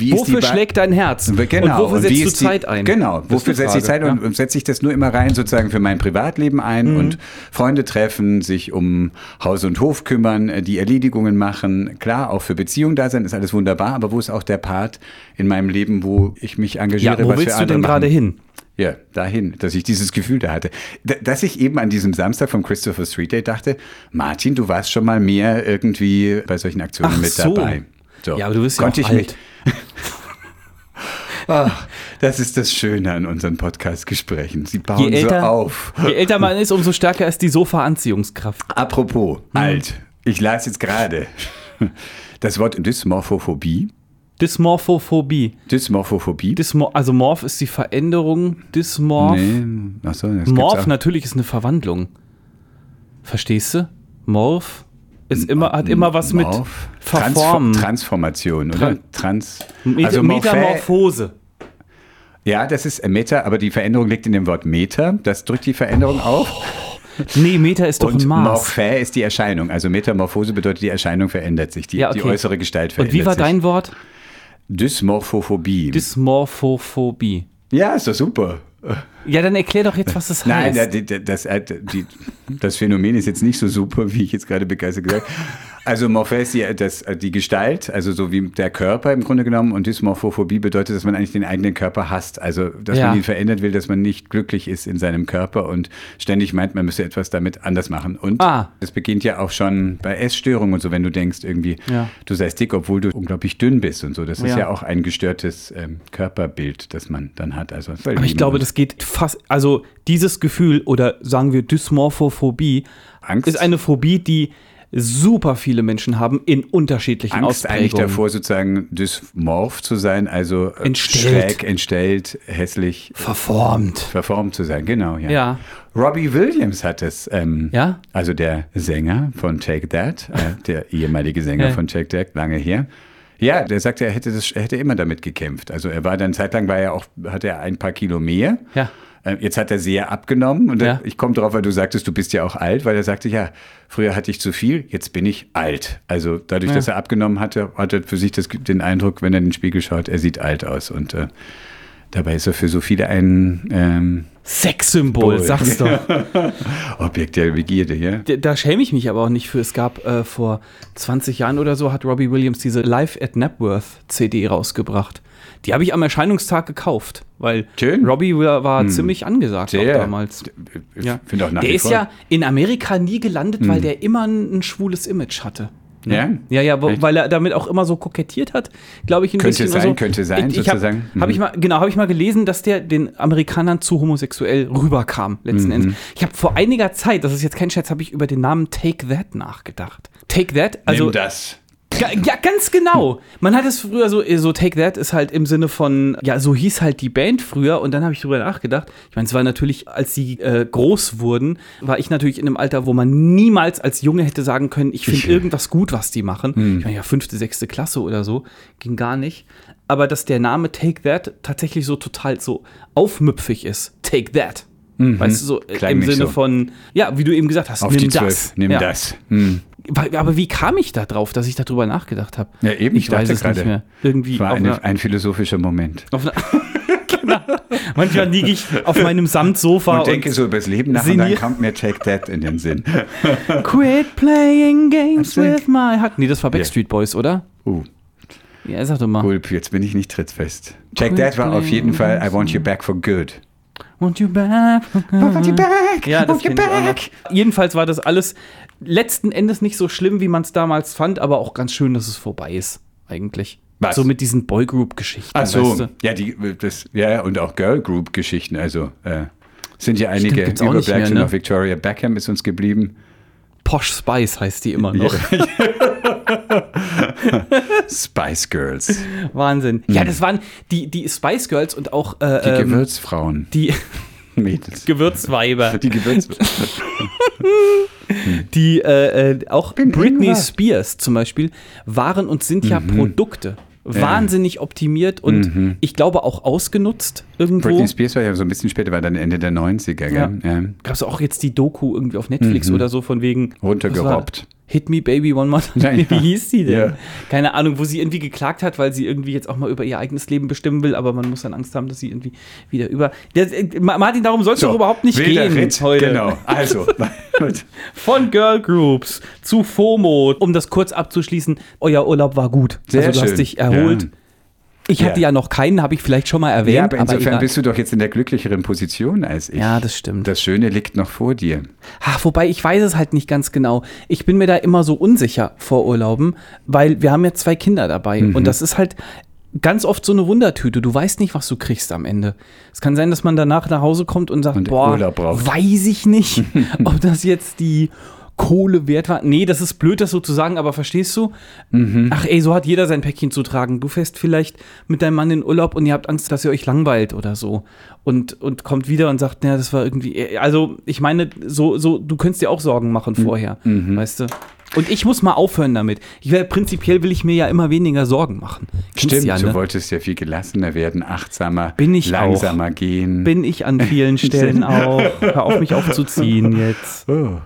Speaker 1: wie ist die
Speaker 2: Wofür
Speaker 1: Ba-
Speaker 2: schlägt dein Herz?
Speaker 1: Genau.
Speaker 2: Und wofür
Speaker 1: Und wie
Speaker 2: setzt du
Speaker 1: ist die-
Speaker 2: Zeit ein?
Speaker 1: Genau.
Speaker 2: Das ist
Speaker 1: Wofür
Speaker 2: die
Speaker 1: setze ich
Speaker 2: Frage, Mhm.
Speaker 1: Zeit und, und setze ich das nur immer rein, sozusagen für mein Privatleben ein und Freunde treffen, sich um Haus und Hof kümmern, äh, die Erledigungen machen. Klar, auch für Beziehungen da sein ist alles wunderbar, aber wo ist auch der Part in meinem Leben, wo ich mich engagiere?
Speaker 2: Ja, wo
Speaker 1: was für
Speaker 2: willst du
Speaker 1: andere
Speaker 2: denn
Speaker 1: machen?
Speaker 2: gerade hin?
Speaker 1: Ja, dahin, dass ich dieses Gefühl da hatte. D dass ich eben an diesem Samstag vom Christopher Street Day dachte, Martin, du warst schon mal mehr irgendwie bei solchen Aktionen
Speaker 2: Ach
Speaker 1: mit
Speaker 2: so.
Speaker 1: dabei.
Speaker 2: Ja, aber du bist ja
Speaker 1: Konnte
Speaker 2: auch
Speaker 1: ich mich- [LAUGHS] Ach, das ist das Schöne an unseren Podcast-Gesprächen. Sie bauen so auf.
Speaker 2: je älter man ist, umso stärker ist die Sofa-Anziehungskraft. Hm.
Speaker 1: Apropos, alt. Ich las jetzt gerade das Wort Dysmorphophobie.
Speaker 2: Dysmorphophobie.
Speaker 1: Dysmorphophobie?
Speaker 2: Dysmo also Morph ist die Veränderung. Dysmorph.
Speaker 1: nee. Achso, das
Speaker 2: Morph
Speaker 1: gibt's auch.
Speaker 2: natürlich ist eine Verwandlung. Verstehst du? Morph ist immer, hat immer was
Speaker 1: Morph?
Speaker 2: mit Verformen.
Speaker 1: Transfor- Transformation, oder? Trans.
Speaker 2: Met-
Speaker 1: Morphä-
Speaker 2: Metamorphose.
Speaker 1: Ja, das ist äh, Meta, aber die Veränderung liegt in dem Wort Meta. Das drückt die Veränderung auf.
Speaker 2: Nee, Meta ist doch
Speaker 1: Und
Speaker 2: ein Maß.
Speaker 1: Morphä ist die Erscheinung. Also Metamorphose bedeutet, die Erscheinung verändert sich. Die,
Speaker 2: Ja, okay.
Speaker 1: die äußere Gestalt
Speaker 2: Und
Speaker 1: verändert
Speaker 2: wie war
Speaker 1: sich.
Speaker 2: dein Wort?
Speaker 1: Dysmorphophobie.
Speaker 2: Dysmorphophobie.
Speaker 1: ja, ist doch super.
Speaker 2: Ja, dann erklär doch jetzt, was das
Speaker 1: Nein,
Speaker 2: heißt.
Speaker 1: da- die- die- das, äh, die, das Phänomen ist jetzt nicht so super, wie ich jetzt gerade begeistert gesagt habe. Also Morphä ist die, das, äh, die Gestalt, also so wie der Körper im Grunde genommen. Und Dysmorphophobie bedeutet, dass man eigentlich den eigenen Körper hasst. Also, dass
Speaker 2: Ja.
Speaker 1: man ihn verändern will, dass man nicht glücklich ist in seinem Körper und ständig meint, man müsse etwas damit anders machen. Und
Speaker 2: Ah.
Speaker 1: es beginnt ja auch schon bei Essstörungen und so, wenn du denkst irgendwie,
Speaker 2: Ja.
Speaker 1: du seist dick, obwohl du unglaublich dünn bist und so. Das ist
Speaker 2: Ja.
Speaker 1: ja auch ein gestörtes ähm, Körperbild, das man dann hat. Also,
Speaker 2: Aber ich glaube, das geht fast, also dieses Gefühl oder sagen wir Dysmorphophobie
Speaker 1: Angst?
Speaker 2: ist eine Phobie, die super viele Menschen haben in unterschiedlichen
Speaker 1: Angst eigentlich
Speaker 2: Ausprägungen.
Speaker 1: davor, sozusagen dysmorph zu sein, also äh,
Speaker 2: Entstellt.
Speaker 1: schräg, entstellt, hässlich,
Speaker 2: Verformt.
Speaker 1: verformt zu sein. Genau, ja.
Speaker 2: Ja.
Speaker 1: Robbie Williams hat es. Ähm,
Speaker 2: Ja?
Speaker 1: Also der Sänger von Take That, äh,
Speaker 2: [LAUGHS]
Speaker 1: der ehemalige Sänger
Speaker 2: Ja.
Speaker 1: von Take That, lange her. Ja, der sagte, er hätte, das, er hätte immer damit gekämpft. Also er war dann zeitlang, war er auch, hatte er ein paar Kilo mehr.
Speaker 2: Ja.
Speaker 1: Äh, Jetzt hat er sehr abgenommen und
Speaker 2: Ja.
Speaker 1: ich komme drauf, weil du sagtest, du bist ja auch alt, weil er sagte, ja, früher hatte ich zu viel, jetzt bin ich alt. Also dadurch, dass er abgenommen hatte, hat er für sich das, den Eindruck, wenn er in den Spiegel schaut, er sieht alt aus. Und äh, dabei ist er für so viele ein ähm,
Speaker 2: Sexsymbol,
Speaker 1: Symbol.
Speaker 2: sag's doch.
Speaker 1: [LAUGHS] Objekt der Begierde, ja?
Speaker 2: D- Da schäme ich mich aber auch nicht für. Es gab äh, vor 20 Jahren oder so, hat Robbie Williams diese Live at Napworth CD rausgebracht. Die habe ich am Erscheinungstag gekauft, weil
Speaker 1: Schön. Hm.
Speaker 2: Robbie war, war ziemlich angesagt auch damals.
Speaker 1: Ich
Speaker 2: Ja.
Speaker 1: finde auch nach
Speaker 2: der
Speaker 1: wie
Speaker 2: ist
Speaker 1: vor. Hm.
Speaker 2: ja in Amerika nie gelandet, weil der immer ein, ein schwules Image hatte.
Speaker 1: Ja?
Speaker 2: Ja, ja, wo,
Speaker 1: Echt?
Speaker 2: weil er damit auch immer so kokettiert hat, glaube ich. Ein
Speaker 1: Könnte
Speaker 2: bisschen und
Speaker 1: sein,
Speaker 2: so.
Speaker 1: könnte sein,
Speaker 2: ich, ich hab,
Speaker 1: sozusagen. Mhm.
Speaker 2: Hab ich mal, genau, habe ich mal gelesen, dass der den Amerikanern zu homosexuell rüberkam,
Speaker 1: Mhm.
Speaker 2: letzten Endes. Ich habe vor einiger Zeit, das ist jetzt kein Scherz, habe ich über den Namen Take That nachgedacht. Take That, also.
Speaker 1: Nimm das.
Speaker 2: Ga- Ja, ganz genau. Man hat es früher so, äh, so Take That ist halt im Sinne von, ja, so hieß halt die Band früher und dann habe ich drüber nachgedacht. Ich meine, es war natürlich, als sie äh, groß wurden, war ich natürlich in einem Alter, wo man niemals als Junge hätte sagen können, ich finde irgendwas gut, was die machen.
Speaker 1: Hm.
Speaker 2: Ich meine, ja, fünfte, sechste Klasse oder so, ging gar nicht. Aber dass der Name Take That tatsächlich so total so aufmüpfig ist. Take That. Weißt du, so äh,
Speaker 1: Mhm. Klang
Speaker 2: im
Speaker 1: nicht
Speaker 2: Sinne
Speaker 1: so.
Speaker 2: von, ja, wie du eben gesagt hast,
Speaker 1: Auf
Speaker 2: nimm
Speaker 1: die
Speaker 2: das.
Speaker 1: zwölf. Nimm
Speaker 2: ja.
Speaker 1: das. Hm.
Speaker 2: Weil- Aber wie kam ich da drauf, dass ich darüber nachgedacht habe?
Speaker 1: Ja, eben,
Speaker 2: Ich,
Speaker 1: ich
Speaker 2: weiß
Speaker 1: dachte
Speaker 2: es nicht
Speaker 1: gerade.
Speaker 2: mehr. Irgendwie
Speaker 1: War
Speaker 2: auf
Speaker 1: eine,
Speaker 2: einer,
Speaker 1: ein philosophischer Moment.
Speaker 2: auf einer, genau.
Speaker 1: [LAUGHS]
Speaker 2: Manchmal liege ich auf meinem Samtsofa
Speaker 1: Und
Speaker 2: und,
Speaker 1: denke so übers Leben nach und dann
Speaker 2: sinnier-
Speaker 1: kommt mir Take That in den
Speaker 2: [LAUGHS]
Speaker 1: Sinn.
Speaker 2: Quit playing games
Speaker 1: Ach so.
Speaker 2: with my heart. Nee, das war Backstreet Boys, oder?
Speaker 1: Uh,
Speaker 2: Ja, sag doch mal.
Speaker 1: Gulp, jetzt bin ich nicht trittfest. Take
Speaker 2: Cool.
Speaker 1: That war auf jeden Fall I Want You Back for Good.
Speaker 2: Want you back?
Speaker 1: I want you back!
Speaker 2: Mhm. Ja, das
Speaker 1: want you
Speaker 2: kenn ich auch noch.
Speaker 1: back!
Speaker 2: Jedenfalls war das alles letzten Endes nicht so schlimm, wie man es damals fand, aber auch ganz schön, dass es vorbei ist, eigentlich.
Speaker 1: Was?
Speaker 2: So mit diesen Boygroup-Geschichten.
Speaker 1: Ach so,
Speaker 2: weißt du?
Speaker 1: ja, die, das, ja, ja, und auch Girl Group Geschichten, also äh, sind ja einige
Speaker 2: gibt's auch nicht
Speaker 1: Überbleibsel
Speaker 2: mehr, ne?
Speaker 1: noch. Victoria Beckham ist uns geblieben.
Speaker 2: Posh Spice heißt die immer noch.
Speaker 1: Spice Girls,
Speaker 2: [LAUGHS] Wahnsinn. Ja, das waren die, die Spice Girls und auch äh,
Speaker 1: Hm. die
Speaker 2: ähm,
Speaker 1: Gewürzfrauen,
Speaker 2: die
Speaker 1: Mädels. [LAUGHS]
Speaker 2: Gewürzweiber,
Speaker 1: Die Gewürzfrauen.
Speaker 2: die äh, äh, auch
Speaker 1: Bin
Speaker 2: Britney
Speaker 1: Ingwer.
Speaker 2: Spears zum Beispiel waren und sind ja
Speaker 1: Mhm.
Speaker 2: Produkte. Wahnsinnig optimiert und ich glaube auch ausgenutzt irgendwo.
Speaker 1: Britney Spears war ja so ein bisschen später, war dann Ende der 90er, gell? Ja.
Speaker 2: Gab es auch jetzt die Doku irgendwie auf Netflix oder so von wegen.
Speaker 1: Mhm. Runtergerobbt.
Speaker 2: was war- Hit Me Baby One More Time.
Speaker 1: Ja, ja.
Speaker 2: Wie hieß die denn?
Speaker 1: Ja.
Speaker 2: Keine Ahnung, wo sie irgendwie geklagt hat, weil sie irgendwie jetzt auch mal über ihr eigenes Leben bestimmen will, aber man muss dann Angst haben, dass sie irgendwie wieder über. Der, äh, Ma- Martin, darum soll es doch überhaupt nicht
Speaker 1: wilder
Speaker 2: gehen
Speaker 1: Ritt,
Speaker 2: heute.
Speaker 1: Genau,
Speaker 2: [LAUGHS]
Speaker 1: also. gut.
Speaker 2: Von Girl Groups zu FOMO. Um das kurz abzuschließen, euer Urlaub war gut.
Speaker 1: Sehr
Speaker 2: also du
Speaker 1: schön.
Speaker 2: hast dich erholt.
Speaker 1: Ja.
Speaker 2: Ich hatte
Speaker 1: Ja.
Speaker 2: ja noch keinen, habe ich vielleicht schon mal erwähnt.
Speaker 1: Ja, aber insofern
Speaker 2: egal.
Speaker 1: bist du doch jetzt in der glücklicheren Position als ich.
Speaker 2: Ja, das stimmt.
Speaker 1: Das Schöne liegt noch vor dir.
Speaker 2: Ach, wobei ich weiß es halt nicht ganz genau. Ich bin mir da immer so unsicher vor Urlauben, weil wir haben ja zwei Kinder dabei
Speaker 1: Mhm.
Speaker 2: und das ist halt ganz oft so eine Wundertüte. Du weißt nicht, was du kriegst am Ende. Es kann sein, dass man danach nach Hause kommt und sagt,
Speaker 1: Und
Speaker 2: boah,
Speaker 1: Urlaub braucht.
Speaker 2: weiß ich nicht, ob das jetzt die Kohle wert war. Nee, das ist blöd, das so zu sagen, aber verstehst du? Ach ey, so hat jeder sein Päckchen zu tragen. Du fährst vielleicht mit deinem Mann in Urlaub und ihr habt Angst, dass ihr euch langweilt oder so. Und, und kommt wieder und sagt, naja, das war irgendwie. Also, ich meine, so, so, du könntest dir auch Sorgen machen vorher, weißt du? Und ich muss mal aufhören damit. Ich werde prinzipiell will ich mir ja immer weniger Sorgen machen. Kennst
Speaker 1: Stimmt,
Speaker 2: ja,
Speaker 1: du
Speaker 2: ne?
Speaker 1: wolltest ja viel gelassener werden, achtsamer,
Speaker 2: Bin ich
Speaker 1: langsamer gehen.
Speaker 2: Bin ich
Speaker 1: [LAUGHS]
Speaker 2: an vielen Stellen auch. Hör auf, mich aufzuziehen jetzt.
Speaker 1: oh.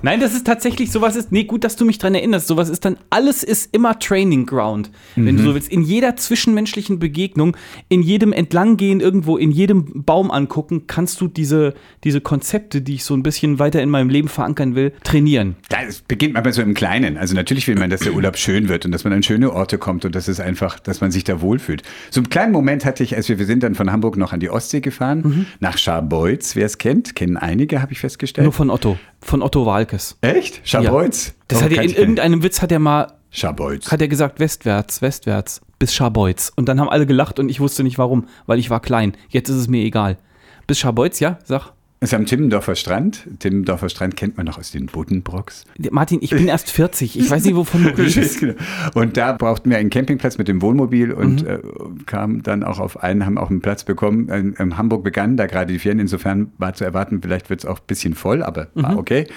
Speaker 2: Nein, das ist tatsächlich sowas ist. Nee, gut, dass du mich dran erinnerst. Sowas ist dann alles ist immer Training Ground, wenn
Speaker 1: Mhm.
Speaker 2: du so willst. In jeder zwischenmenschlichen Begegnung, in jedem Entlanggehen irgendwo, in jedem Baum angucken, kannst du diese, diese Konzepte, die ich so ein bisschen weiter in meinem Leben verankern will, trainieren.
Speaker 1: Das beginnt manchmal so im Kleinen. Also natürlich will man, dass der Urlaub schön wird und dass man an schöne Orte kommt und dass es einfach, dass man sich da wohlfühlt. So einen kleinen Moment hatte ich, als wir, wir sind dann von Hamburg noch an die Ostsee gefahren,
Speaker 2: Mhm.
Speaker 1: nach Scharbeutz, wer es kennt, kennen einige, habe ich festgestellt.
Speaker 2: Nur von Otto, von Otto Walkes.
Speaker 1: Echt? Scharbeutz?
Speaker 2: Das
Speaker 1: Warum
Speaker 2: hat er
Speaker 1: Oh, kann
Speaker 2: in
Speaker 1: ich keinen-
Speaker 2: irgendeinem Witz hat er mal
Speaker 1: Scharbeutz.
Speaker 2: hat er gesagt westwärts, westwärts bis Scharbeutz und dann haben alle gelacht und ich wusste nicht warum, weil ich war klein. Jetzt ist es mir egal. Bis Scharbeutz, ja? Sag.
Speaker 1: Ist am Timmendorfer Strand. Timmendorfer Strand kennt man noch aus den Buddenbrocks.
Speaker 2: Martin,
Speaker 1: [LAUGHS]
Speaker 2: ich bin erst 40. Ich weiß nicht, wovon du redest.
Speaker 1: Genau. Und da brauchten wir einen Campingplatz mit dem Wohnmobil
Speaker 2: Mhm.
Speaker 1: und äh, kamen dann auch auf einen, haben auch einen Platz bekommen. In, in Hamburg begann da gerade die Ferien, insofern war zu erwarten, vielleicht wird es auch ein bisschen voll, aber
Speaker 2: Mhm.
Speaker 1: war okay.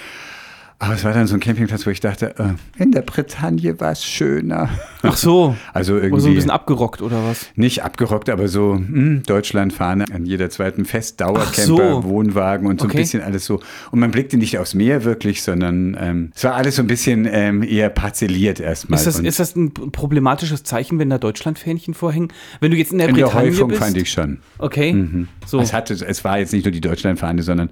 Speaker 1: Aber es war dann so ein Campingplatz, wo ich dachte, äh, in der Bretagne war es schöner. [LAUGHS]
Speaker 2: Ach so.
Speaker 1: Also
Speaker 2: Oder so ein
Speaker 1: irgendwie
Speaker 2: bisschen abgerockt oder was?
Speaker 1: nicht abgerockt, aber so hm, Deutschlandfahne an jeder zweiten Fest, Dauercamper,
Speaker 2: so.
Speaker 1: Wohnwagen und so
Speaker 2: Okay.
Speaker 1: ein bisschen alles so. Und man blickte nicht aufs Meer wirklich, sondern ähm, es war alles so ein bisschen ähm, eher parzelliert erstmal.
Speaker 2: Ist das,
Speaker 1: und
Speaker 2: ist das ein problematisches Zeichen, wenn da Deutschlandfähnchen vorhängen? Wenn du jetzt in der
Speaker 1: in der
Speaker 2: Bretagne
Speaker 1: Häufung
Speaker 2: bist?
Speaker 1: fand ich schon.
Speaker 2: Okay. So.
Speaker 1: Es, hatte, es war jetzt nicht nur die Deutschlandfahne, sondern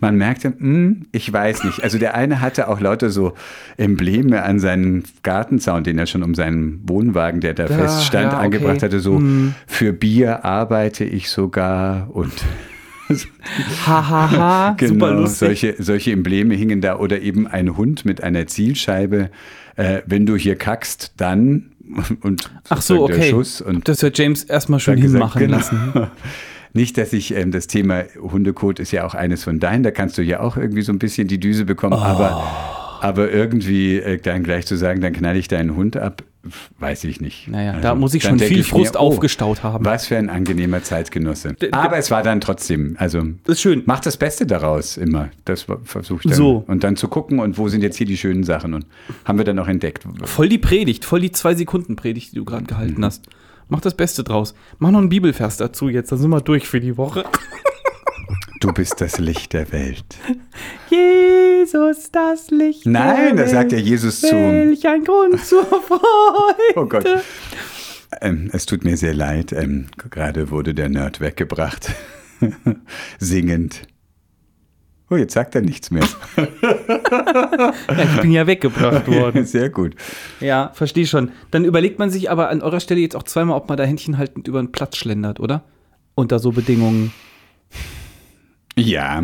Speaker 1: man merkte, hm, ich weiß nicht. Also der eine hatte auch lauter so Embleme an seinen Gartenzaun, den er schon um seinen Wohnwagen, der da
Speaker 2: Ja,
Speaker 1: feststand,
Speaker 2: Ah, ja, okay. Hm.
Speaker 1: angebracht hatte. So für Bier arbeite ich sogar und
Speaker 2: Ha, ha,
Speaker 1: [LAUGHS]
Speaker 2: ha.
Speaker 1: Genau,
Speaker 2: [LAUGHS] Super lustig.
Speaker 1: Solche, solche Embleme hingen da oder eben ein Hund mit einer Zielscheibe. Äh, wenn du hier kackst, dann [LAUGHS] und
Speaker 2: Ach so,
Speaker 1: sozusagen
Speaker 2: okay.
Speaker 1: der Schuss und
Speaker 2: das wird James erstmal schön
Speaker 1: gesagt,
Speaker 2: hinmachen
Speaker 1: genau.
Speaker 2: lassen.
Speaker 1: [LAUGHS] Nicht, dass ich ähm, das Thema Hundekot ist ja auch eines von deinen, da kannst du ja auch irgendwie so ein bisschen die Düse bekommen,
Speaker 2: Oh.
Speaker 1: aber, aber irgendwie äh, dann gleich zu sagen, dann knall ich deinen Hund ab, weiß ich nicht. Also,
Speaker 2: Naja, da muss ich
Speaker 1: dann
Speaker 2: schon
Speaker 1: denke
Speaker 2: viel
Speaker 1: ich oh,
Speaker 2: Frust aufgestaut haben.
Speaker 1: Was für ein angenehmer Zeitgenosse. Aber es war dann trotzdem, also
Speaker 2: Das ist schön.
Speaker 1: Mach das Beste daraus immer. Das versuche ich dann.
Speaker 2: So.
Speaker 1: Und dann zu gucken, und wo sind jetzt hier die schönen Sachen? Und haben wir dann auch entdeckt.
Speaker 2: Voll die Predigt, voll die Zwei-Sekunden-Predigt, die du gerade gehalten hast. Mach das Beste draus. Mach noch einen Bibelvers dazu jetzt, dann sind wir durch für die Woche.
Speaker 1: Du bist das Licht der Welt.
Speaker 2: Jesus, das Licht.
Speaker 1: Nein,
Speaker 2: der
Speaker 1: das sagt ja
Speaker 2: Welt.
Speaker 1: Jesus zu.
Speaker 2: Welch ein Grund zur Freude.
Speaker 1: Oh Gott. Ähm, es tut mir sehr leid. Ähm, gerade wurde der Nerd weggebracht. [LAUGHS] Singend. Oh, jetzt sagt er nichts mehr.
Speaker 2: Ja, ich bin ja
Speaker 1: [LAUGHS]
Speaker 2: weggebracht worden.
Speaker 1: sehr gut.
Speaker 2: ja, verstehe schon. Dann überlegt man sich aber an eurer Stelle jetzt auch zweimal, ob man da händchenhaltend über den Platz schlendert, oder? Unter so Bedingungen.
Speaker 1: Ja.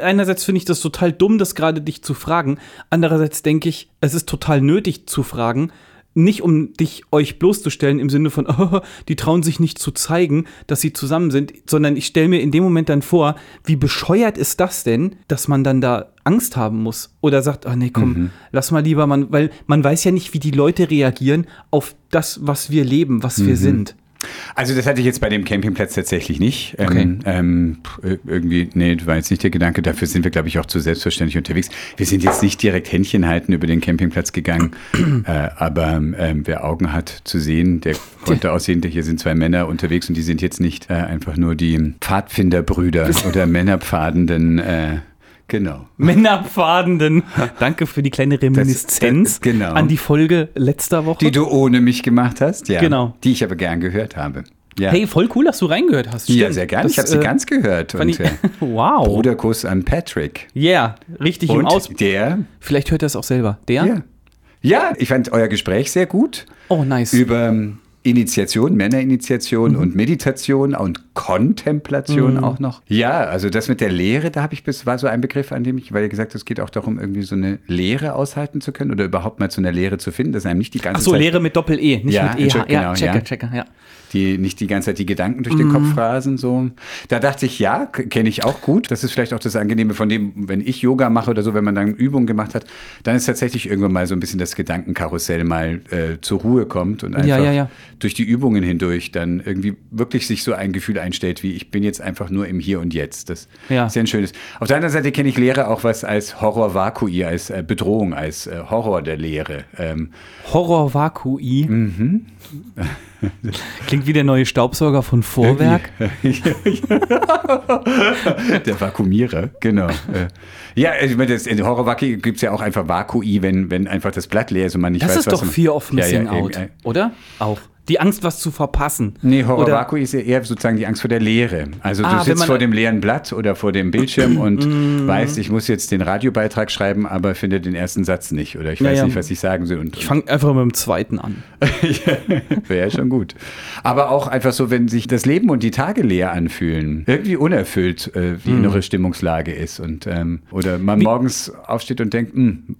Speaker 2: Einerseits finde ich das total dumm, das gerade dich zu fragen. Andererseits denke ich, es ist total nötig zu fragen. Nicht um dich euch bloßzustellen im Sinne von, [LAUGHS] oh, die trauen sich nicht zu zeigen, dass sie zusammen sind, sondern ich stelle mir in dem Moment dann vor, wie bescheuert ist das denn, dass man dann da Angst haben muss oder sagt, ah nee, komm,
Speaker 1: Mhm.
Speaker 2: lass mal lieber, man, weil man weiß ja nicht, wie die Leute reagieren auf das, was wir leben, was
Speaker 1: Mhm. [LAUGHS]
Speaker 2: wir sind.
Speaker 1: Also das hatte ich jetzt bei dem Campingplatz tatsächlich nicht. Ähm,
Speaker 2: Okay.
Speaker 1: ähm, pff, irgendwie, nee, war jetzt nicht der Gedanke. Dafür sind wir, glaube ich, auch zu selbstverständlich unterwegs. Wir sind jetzt nicht direkt Händchen halten über den Campingplatz
Speaker 2: [CLEARS THROAT]
Speaker 1: gegangen. äh, aber ähm, wer Augen hat zu sehen, der konnte aussehen, hier sind zwei Männer unterwegs und die sind jetzt nicht äh, einfach nur die Pfadfinderbrüder oder Männerpfadenden. Äh, genau.
Speaker 2: Männerpfadenden. Danke für die kleine Reminiszenz
Speaker 1: das- genau.
Speaker 2: an die Folge letzter Woche.
Speaker 1: Die du ohne mich gemacht hast, ja.
Speaker 2: Genau.
Speaker 1: Die ich aber gern gehört habe. Ja,
Speaker 2: Hey, voll cool, dass du reingehört hast.
Speaker 1: ja
Speaker 2: Stimmt.
Speaker 1: sehr gern. ich
Speaker 2: Das,
Speaker 1: habe sie
Speaker 2: äh,
Speaker 1: ganz gehört.
Speaker 2: fand
Speaker 1: Und,
Speaker 2: ich-
Speaker 1: äh,
Speaker 2: [LAUGHS] wow.
Speaker 1: Bruderkuss an Patrick.
Speaker 2: Yeah, richtig im Aus.
Speaker 1: Und der?
Speaker 2: Vielleicht hört er es auch selber. Der?
Speaker 1: Ja. ja, ich fand euer Gespräch sehr gut
Speaker 2: Oh, nice.
Speaker 1: über ähm, Initiation, Männerinitiation
Speaker 2: Mhm.
Speaker 1: und Meditation und Kontemplation auch noch. Ja, also das mit der Lehre, da habe ich bis, war so ein Begriff, an dem ich, weil ihr gesagt habt, es geht auch darum, irgendwie so eine Lehre aushalten zu können oder überhaupt mal zu einer Lehre zu finden, dass einem nicht die ganze
Speaker 2: Ach so,
Speaker 1: Zeit
Speaker 2: Lehre mit Doppel-E, nicht
Speaker 1: Ja,
Speaker 2: mit EH.
Speaker 1: Entschuldigung, genau,
Speaker 2: ja, checker,
Speaker 1: ja.
Speaker 2: checker, ja.
Speaker 1: die nicht die ganze Zeit die Gedanken durch den
Speaker 2: Mhm.
Speaker 1: Kopf rasen. So. Da dachte ich, ja, k- kenne ich auch gut. Das ist vielleicht auch das Angenehme von dem, wenn ich Yoga mache oder so, wenn man dann Übungen gemacht hat, dann ist tatsächlich irgendwann mal so ein bisschen das Gedankenkarussell mal äh, zur Ruhe kommt und einfach
Speaker 2: Ja, ja, ja.
Speaker 1: durch die Übungen hindurch dann irgendwie wirklich sich so ein Gefühl einstellt, wie ich bin jetzt einfach nur im Hier und Jetzt. Das
Speaker 2: Ja.
Speaker 1: ist ja ein schönes. Auf der anderen Seite kenne ich Lehre auch was als Horror-Vakui, als äh, Bedrohung, als äh, Horror der Lehre. Ähm,
Speaker 2: Horror Vakui.
Speaker 1: Mhm.
Speaker 2: [LAUGHS] Klingt wie der neue Staubsauger von Vorwerk.
Speaker 1: [LAUGHS] Der Vakuumierer, genau. Äh, ja, ich meine, das, in Horrorwaki gibt es ja auch einfach Vakui, wenn, wenn einfach das Blatt leer ist und man nicht
Speaker 2: Das
Speaker 1: weiß,
Speaker 2: ist
Speaker 1: was
Speaker 2: doch
Speaker 1: man-
Speaker 2: Fear of Missing
Speaker 1: eben,
Speaker 2: Out,
Speaker 1: äh,
Speaker 2: oder? Auch. Die Angst, was zu verpassen.
Speaker 1: Nee,
Speaker 2: Oder-
Speaker 1: Horrorwakui ist ja eher sozusagen die Angst vor der Leere. Also du
Speaker 2: Ah, wenn
Speaker 1: sitzt
Speaker 2: man- Mm.
Speaker 1: vor dem leeren Blatt oder vor dem
Speaker 2: [CLEARS THROAT]
Speaker 1: Bildschirm und weißt, ich muss jetzt den Radiobeitrag schreiben, aber finde den ersten Satz nicht oder ich
Speaker 2: Ja,
Speaker 1: weiß
Speaker 2: ja.
Speaker 1: nicht, was ich sagen soll. Und,
Speaker 2: Ich fange einfach mit dem zweiten an.
Speaker 1: [LAUGHS] Wäre schon gut. Aber auch einfach so, wenn sich das Leben und die Tage leer anfühlen, irgendwie unerfüllt äh,
Speaker 2: Hm.
Speaker 1: die innere Stimmungslage ist und ähm, oder man morgens aufsteht und denkt, hm,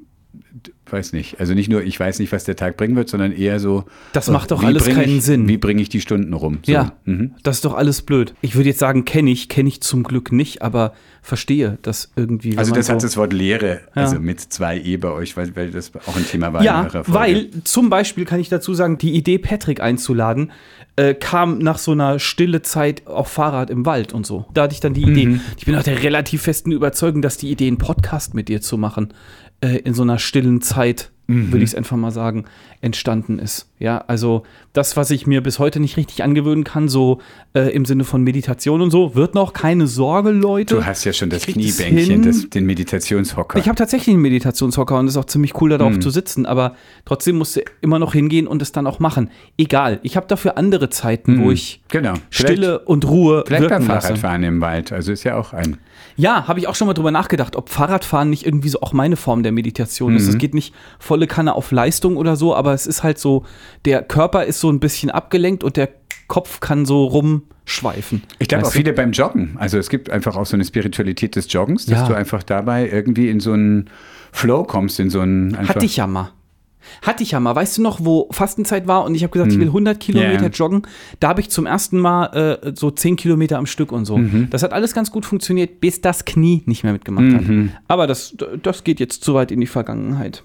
Speaker 1: d- weiß nicht. Also nicht nur, ich weiß nicht, was der Tag bringen wird, sondern eher so.
Speaker 2: Das
Speaker 1: äh,
Speaker 2: macht doch
Speaker 1: wie
Speaker 2: alles
Speaker 1: bring
Speaker 2: keinen
Speaker 1: ich,
Speaker 2: Sinn.
Speaker 1: Wie bringe ich die Stunden rum? So.
Speaker 2: Ja,
Speaker 1: Mhm.
Speaker 2: das ist doch alles blöd. Ich würde jetzt sagen, kenne ich, kenne ich zum Glück nicht, aber verstehe das irgendwie. wenn
Speaker 1: Also
Speaker 2: man
Speaker 1: das hat
Speaker 2: so
Speaker 1: das Wort Leere,
Speaker 2: Ja.
Speaker 1: also mit zwei E bei euch, weil, weil das auch ein Thema war in
Speaker 2: Ja,
Speaker 1: eurer Folge.
Speaker 2: weil zum Beispiel kann ich dazu sagen, die Idee, Patrick einzuladen, äh, kam nach so einer stille Zeit auf Fahrrad im Wald und so. Da hatte ich dann die
Speaker 1: Mhm.
Speaker 2: Idee. Ich bin auch der relativ festen Überzeugung, dass die Idee, einen Podcast mit dir zu machen, äh, in so einer stillen Zeit,
Speaker 1: Mhm.
Speaker 2: würde ich es einfach mal sagen, entstanden ist. Ja, also das, was ich mir bis heute nicht richtig angewöhnen kann, so äh, im Sinne von Meditation und so, wird noch keine Sorge, Leute.
Speaker 1: Du hast ja schon das
Speaker 2: Ich krieg das
Speaker 1: Kniebänkchen,
Speaker 2: hin.
Speaker 1: das, den Meditationshocker.
Speaker 2: Ich habe tatsächlich einen Meditationshocker und es ist auch ziemlich cool, da
Speaker 1: Mhm.
Speaker 2: drauf zu sitzen, aber trotzdem musst du immer noch hingehen und es dann auch machen. Egal, ich habe dafür andere Zeiten, wo ich
Speaker 1: genau.
Speaker 2: Stille und Ruhe
Speaker 1: Vielleicht, vielleicht beim
Speaker 2: wirken lasse.
Speaker 1: Fahrradfahren im Wald. Also ist ja auch ein
Speaker 2: Ja, habe ich auch schon mal drüber nachgedacht, ob Fahrradfahren nicht irgendwie so auch meine Form der Meditation ist.
Speaker 1: Mhm.
Speaker 2: Es geht nicht volle Kanne auf Leistung oder so, aber es ist halt so, der Körper ist so ein bisschen abgelenkt und der Kopf kann so rumschweifen.
Speaker 1: Ich glaube
Speaker 2: Weißt
Speaker 1: auch
Speaker 2: du?
Speaker 1: viele beim Joggen. Also es gibt einfach auch so eine Spiritualität des Joggens, dass
Speaker 2: Ja.
Speaker 1: du einfach dabei irgendwie in so einen Flow kommst, in so einen einfach.
Speaker 2: Hatte ich ja mal. Hatte ich ja mal. Weißt du noch, wo Fastenzeit war und ich habe gesagt, ich will 100 Kilometer
Speaker 1: Ja.
Speaker 2: joggen. Da habe ich zum ersten Mal äh, so 10 Kilometer am Stück und so. Das hat alles ganz gut funktioniert, bis das Knie nicht mehr mitgemacht hat. Aber das, das geht jetzt zu weit in die Vergangenheit.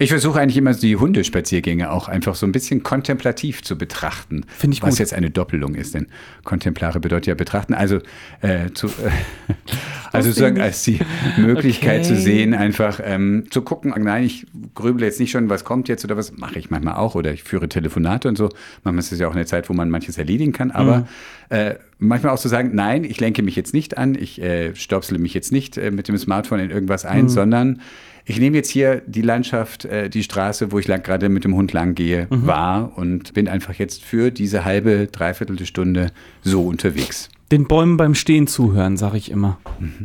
Speaker 1: Ich versuche eigentlich immer die Hundespaziergänge auch einfach so ein bisschen kontemplativ zu betrachten.
Speaker 2: Finde ich
Speaker 1: was
Speaker 2: gut.
Speaker 1: jetzt eine Doppelung ist, denn kontemplare bedeutet ja betrachten. Also, äh, zu, [LAUGHS] äh, also sozusagen als die Möglichkeit zu
Speaker 2: Okay.
Speaker 1: sehen, einfach ähm, zu gucken, nein, ich grübel jetzt nicht schon, was kommt jetzt oder was mache ich manchmal auch oder ich führe Telefonate und so. Manchmal ist es ja auch eine Zeit, wo man manches erledigen kann, aber äh, manchmal auch zu sagen, nein, ich lenke mich jetzt nicht an, ich äh, stopsle mich jetzt nicht äh, mit dem Smartphone in irgendwas ein, sondern ich nehme jetzt hier die Landschaft, äh, die Straße, wo ich lang, gerade mit dem Hund lang gehe, wahr und bin einfach jetzt für diese halbe, dreiviertel Stunde so unterwegs.
Speaker 2: Den Bäumen beim Stehen zuhören, sage ich immer.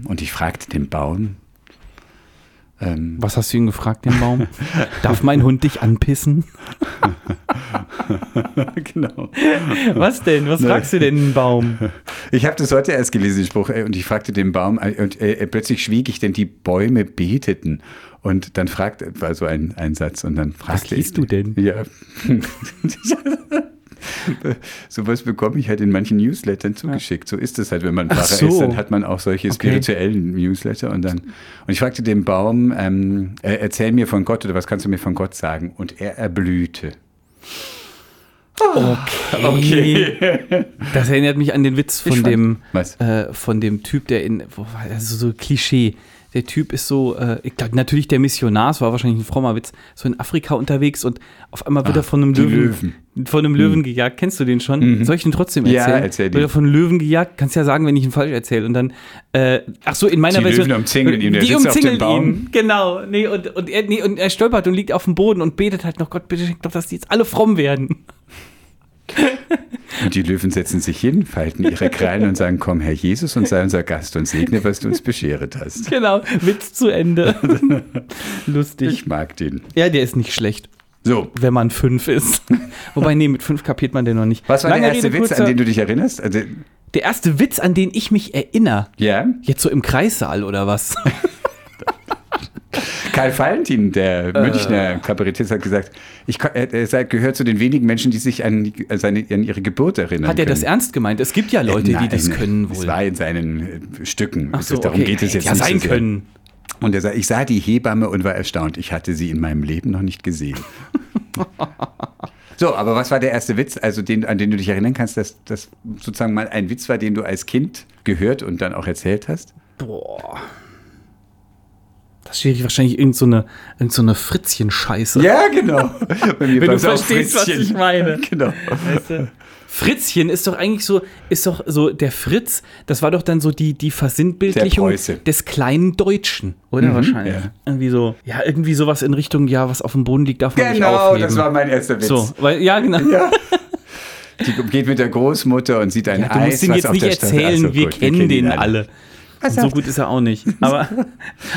Speaker 1: Und ich fragte den Baum,
Speaker 2: [LAUGHS]
Speaker 1: ähm,
Speaker 2: Was hast du ihn gefragt, den [LAUGHS] Baum? Darf mein Hund dich anpissen?
Speaker 1: genau.
Speaker 2: Was denn? Was fragst du denn, den Baum?
Speaker 1: Ich habe das heute erst gelesen, den Spruch, äh, und ich fragte den Baum, äh, und äh, plötzlich schwieg ich, denn die Bäume beteten. Und dann fragte, war so ein, ein Satz, und dann fragte ich.
Speaker 2: liest du denn?
Speaker 1: Ja. [LAUGHS] Sowas bekomme ich halt in manchen Newslettern zugeschickt. So ist es halt, wenn man
Speaker 2: Ach
Speaker 1: Pfarrer ist,
Speaker 2: so.
Speaker 1: dann hat man auch solche spirituellen Newsletter. Und dann und ich fragte den Baum, ähm, äh, erzähl mir von Gott oder was kannst du mir von Gott sagen? Und er erblühte.
Speaker 2: Okay. Das erinnert mich an den Witz von
Speaker 1: fand-
Speaker 2: dem
Speaker 1: Was?
Speaker 2: Äh, von dem Typ, der in wo war das ist so Klischee. Der Typ ist so, äh, ich glaube natürlich der Missionar, es war wahrscheinlich ein frommer Witz, so in Afrika unterwegs und auf einmal wird er von einem
Speaker 1: Ah, die
Speaker 2: Löwen,
Speaker 1: Löwen. Mhm.
Speaker 2: von einem Löwen gejagt. Kennst du den schon? Soll ich den trotzdem
Speaker 1: Ja,
Speaker 2: erzählen?
Speaker 1: erzähl den.
Speaker 2: Wird er von Löwen gejagt? Kannst ja sagen, wenn ich ihn falsch erzähle. Und dann, äh, ach so, in meiner
Speaker 1: Die
Speaker 2: Version.
Speaker 1: Löwen umzingeln ihn, der
Speaker 2: die
Speaker 1: sitzt auf dem
Speaker 2: umzingeln
Speaker 1: Baum.
Speaker 2: ihn. Genau, nee und, und, er, nee, und er stolpert und liegt auf dem Boden und betet halt noch, Gott, bitte schenk doch, dass die jetzt alle fromm werden.
Speaker 1: Und die Löwen setzen sich hin, falten ihre Krallen und sagen, komm, Herr Jesus, und sei unser Gast und segne, was du uns bescheret hast. [LAUGHS]
Speaker 2: Genau, Witz zu Ende. Lustig.
Speaker 1: Ich mag den.
Speaker 2: Ja, der ist nicht schlecht.
Speaker 1: So.
Speaker 2: wenn man fünf ist. Wobei, nee, mit fünf kapiert man den noch nicht.
Speaker 1: Was war
Speaker 2: Lange
Speaker 1: der erste
Speaker 2: Rede,
Speaker 1: Witz,
Speaker 2: kurzer-
Speaker 1: an den du dich erinnerst? Also,
Speaker 2: der erste Witz, an den ich mich erinnere?
Speaker 1: ja.
Speaker 2: Jetzt so im Kreissaal oder was?
Speaker 1: Karl Valentin, der
Speaker 2: Äh.
Speaker 1: Münchner Kabarettist, hat gesagt, ich, ko- er, er sei- gehört zu den wenigen Menschen, die sich an, seine, an ihre Geburt erinnern.
Speaker 2: Hat er das
Speaker 1: können.
Speaker 2: ernst gemeint? Es gibt ja Leute, die
Speaker 1: Äh, Nein,
Speaker 2: das können
Speaker 1: Es
Speaker 2: wohl.
Speaker 1: war in seinen äh, Stücken.
Speaker 2: Ach
Speaker 1: Es
Speaker 2: so,
Speaker 1: ist- darum
Speaker 2: okay.
Speaker 1: geht es
Speaker 2: Hätte
Speaker 1: jetzt
Speaker 2: ja
Speaker 1: nicht
Speaker 2: sein
Speaker 1: so sehr.
Speaker 2: können.
Speaker 1: Und er sagt, ich sah die Hebamme und war erstaunt. Ich hatte sie in meinem Leben noch nicht
Speaker 2: [LAUGHS]
Speaker 1: gesehen. so, aber was war der erste Witz, also den, an den du dich erinnern kannst, dass das sozusagen mal ein Witz war, den du als Kind gehört und dann auch erzählt hast?
Speaker 2: Boah. Das ist schwierig, wahrscheinlich irgendeine so eine- irgend so eine Fritzchen-Scheiße.
Speaker 1: Ja, genau. [LAUGHS] Bei mir
Speaker 2: Wenn
Speaker 1: war's
Speaker 2: du
Speaker 1: auch
Speaker 2: verstehst, was
Speaker 1: Fritzchen.
Speaker 2: ich meine.
Speaker 1: [LAUGHS] Genau.
Speaker 2: [LAUGHS] Fritzchen ist doch eigentlich so, ist doch so, der Fritz, das war doch dann so die, die Versinnbildlichung
Speaker 1: Der Preuße.
Speaker 2: des kleinen Deutschen, oder wahrscheinlich?
Speaker 1: ja.
Speaker 2: Irgendwie so, ja, irgendwie sowas in Richtung, ja, was auf dem Boden liegt, darf man nicht
Speaker 1: Genau,
Speaker 2: aufheben.
Speaker 1: das war mein erster Witz.
Speaker 2: so, weil, ja, genau.
Speaker 1: Die geht mit der Großmutter und sieht ein
Speaker 2: Ja, du
Speaker 1: Eis.
Speaker 2: musst ihn
Speaker 1: was
Speaker 2: jetzt
Speaker 1: auf
Speaker 2: nicht
Speaker 1: der Straße-
Speaker 2: erzählen,
Speaker 1: Ach so,
Speaker 2: wir,
Speaker 1: gut,
Speaker 2: kennen den alle. Und so
Speaker 1: sagt-
Speaker 2: gut ist er auch nicht.
Speaker 1: [LAUGHS]
Speaker 2: Aber,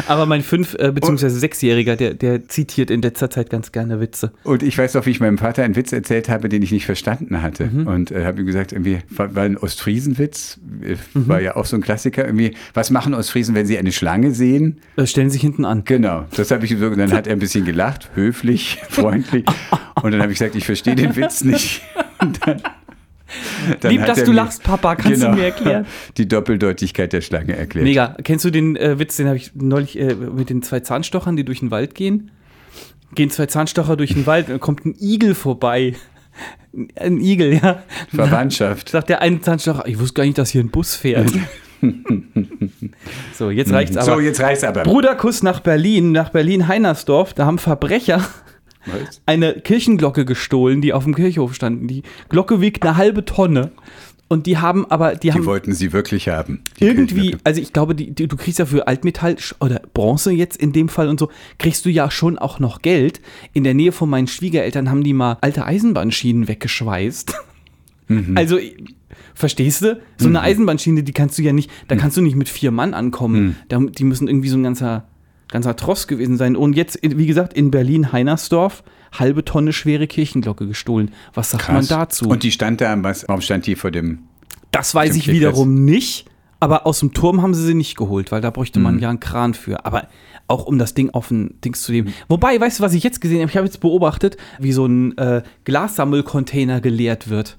Speaker 2: aber mein Fünf- äh, bzw. Sechsjähriger, der, der zitiert in letzter Zeit ganz gerne Witze.
Speaker 1: Und ich weiß noch, wie ich meinem Vater einen Witz erzählt habe, den ich nicht verstanden hatte.
Speaker 2: Mhm.
Speaker 1: Und äh, habe ihm gesagt, irgendwie, war, war ein Ostfriesenwitz, äh,
Speaker 2: Mhm.
Speaker 1: war ja auch so ein Klassiker, irgendwie, was machen Ostfriesen, wenn sie eine Schlange sehen?
Speaker 2: Äh, stellen sich hinten an.
Speaker 1: Genau, das habe ich ihm so, und dann hat er ein bisschen gelacht, höflich, [LAUGHS] freundlich. Und dann habe ich gesagt, ich verstehe den Witz nicht. [LAUGHS] Und Dann, dann
Speaker 2: Lieb,
Speaker 1: hat
Speaker 2: dass
Speaker 1: er
Speaker 2: du
Speaker 1: mir- Genau.
Speaker 2: lachst, Papa, kannst du mir erklären?
Speaker 1: [LAUGHS] Die Doppeldeutigkeit der Schlange erklärt.
Speaker 2: Mega. Kennst du den äh, Witz, den habe ich neulich äh, mit den zwei Zahnstochern, die durch den Wald gehen? Gehen zwei Zahnstocher durch den Wald und dann kommt ein Igel vorbei. [LAUGHS] Ein Igel, ja.
Speaker 1: Verwandtschaft.
Speaker 2: [LAUGHS] Sagt der eine Zahnstocher, ich wusste gar nicht, dass hier ein Bus fährt. so, jetzt reicht's aber.
Speaker 1: Mhm. so, jetzt reicht's aber.
Speaker 2: Bruderkuss nach Berlin, nach Berlin-Heinersdorf. Da haben Verbrecher
Speaker 1: Was?
Speaker 2: eine Kirchenglocke gestohlen, die auf dem Kirchhof standen. Die Glocke wiegt eine halbe Tonne. Und die haben aber, die,
Speaker 1: Die
Speaker 2: haben
Speaker 1: wollten sie wirklich haben. Die
Speaker 2: irgendwie,
Speaker 1: Kirchenglocke.
Speaker 2: also ich glaube, die, die, du kriegst ja für Altmetall sch- oder Bronze jetzt in dem Fall und so, kriegst du ja schon auch noch Geld. In der Nähe von meinen Schwiegereltern haben die mal alte Eisenbahnschienen weggeschweißt.
Speaker 1: Mhm.
Speaker 2: Also, i- verstehst du? So eine Eisenbahnschiene, die kannst du ja nicht,
Speaker 1: Mhm.
Speaker 2: da kannst du nicht mit vier Mann ankommen. Da, die müssen irgendwie so ein ganzer, ganzer Tross gewesen sein. Und jetzt, in- wie gesagt, in Berlin-Heinersdorf halbe Tonne schwere Kirchenglocke gestohlen. Was sagt man
Speaker 1: Krass.
Speaker 2: dazu?
Speaker 1: Und die stand da, am was, warum stand die vor dem?
Speaker 2: Das weiß
Speaker 1: Stimmt,
Speaker 2: ich
Speaker 1: Kirchplatz.
Speaker 2: wiederum nicht, aber aus dem Turm haben sie sie nicht geholt, weil da bräuchte
Speaker 1: Mhm.
Speaker 2: man ja einen Kran für. Aber auch um das Ding auf ein Dings zu
Speaker 1: Mhm.
Speaker 2: nehmen. Wobei, weißt du, was ich jetzt gesehen habe? Ich habe jetzt beobachtet, wie so ein äh, Glassammelcontainer geleert wird.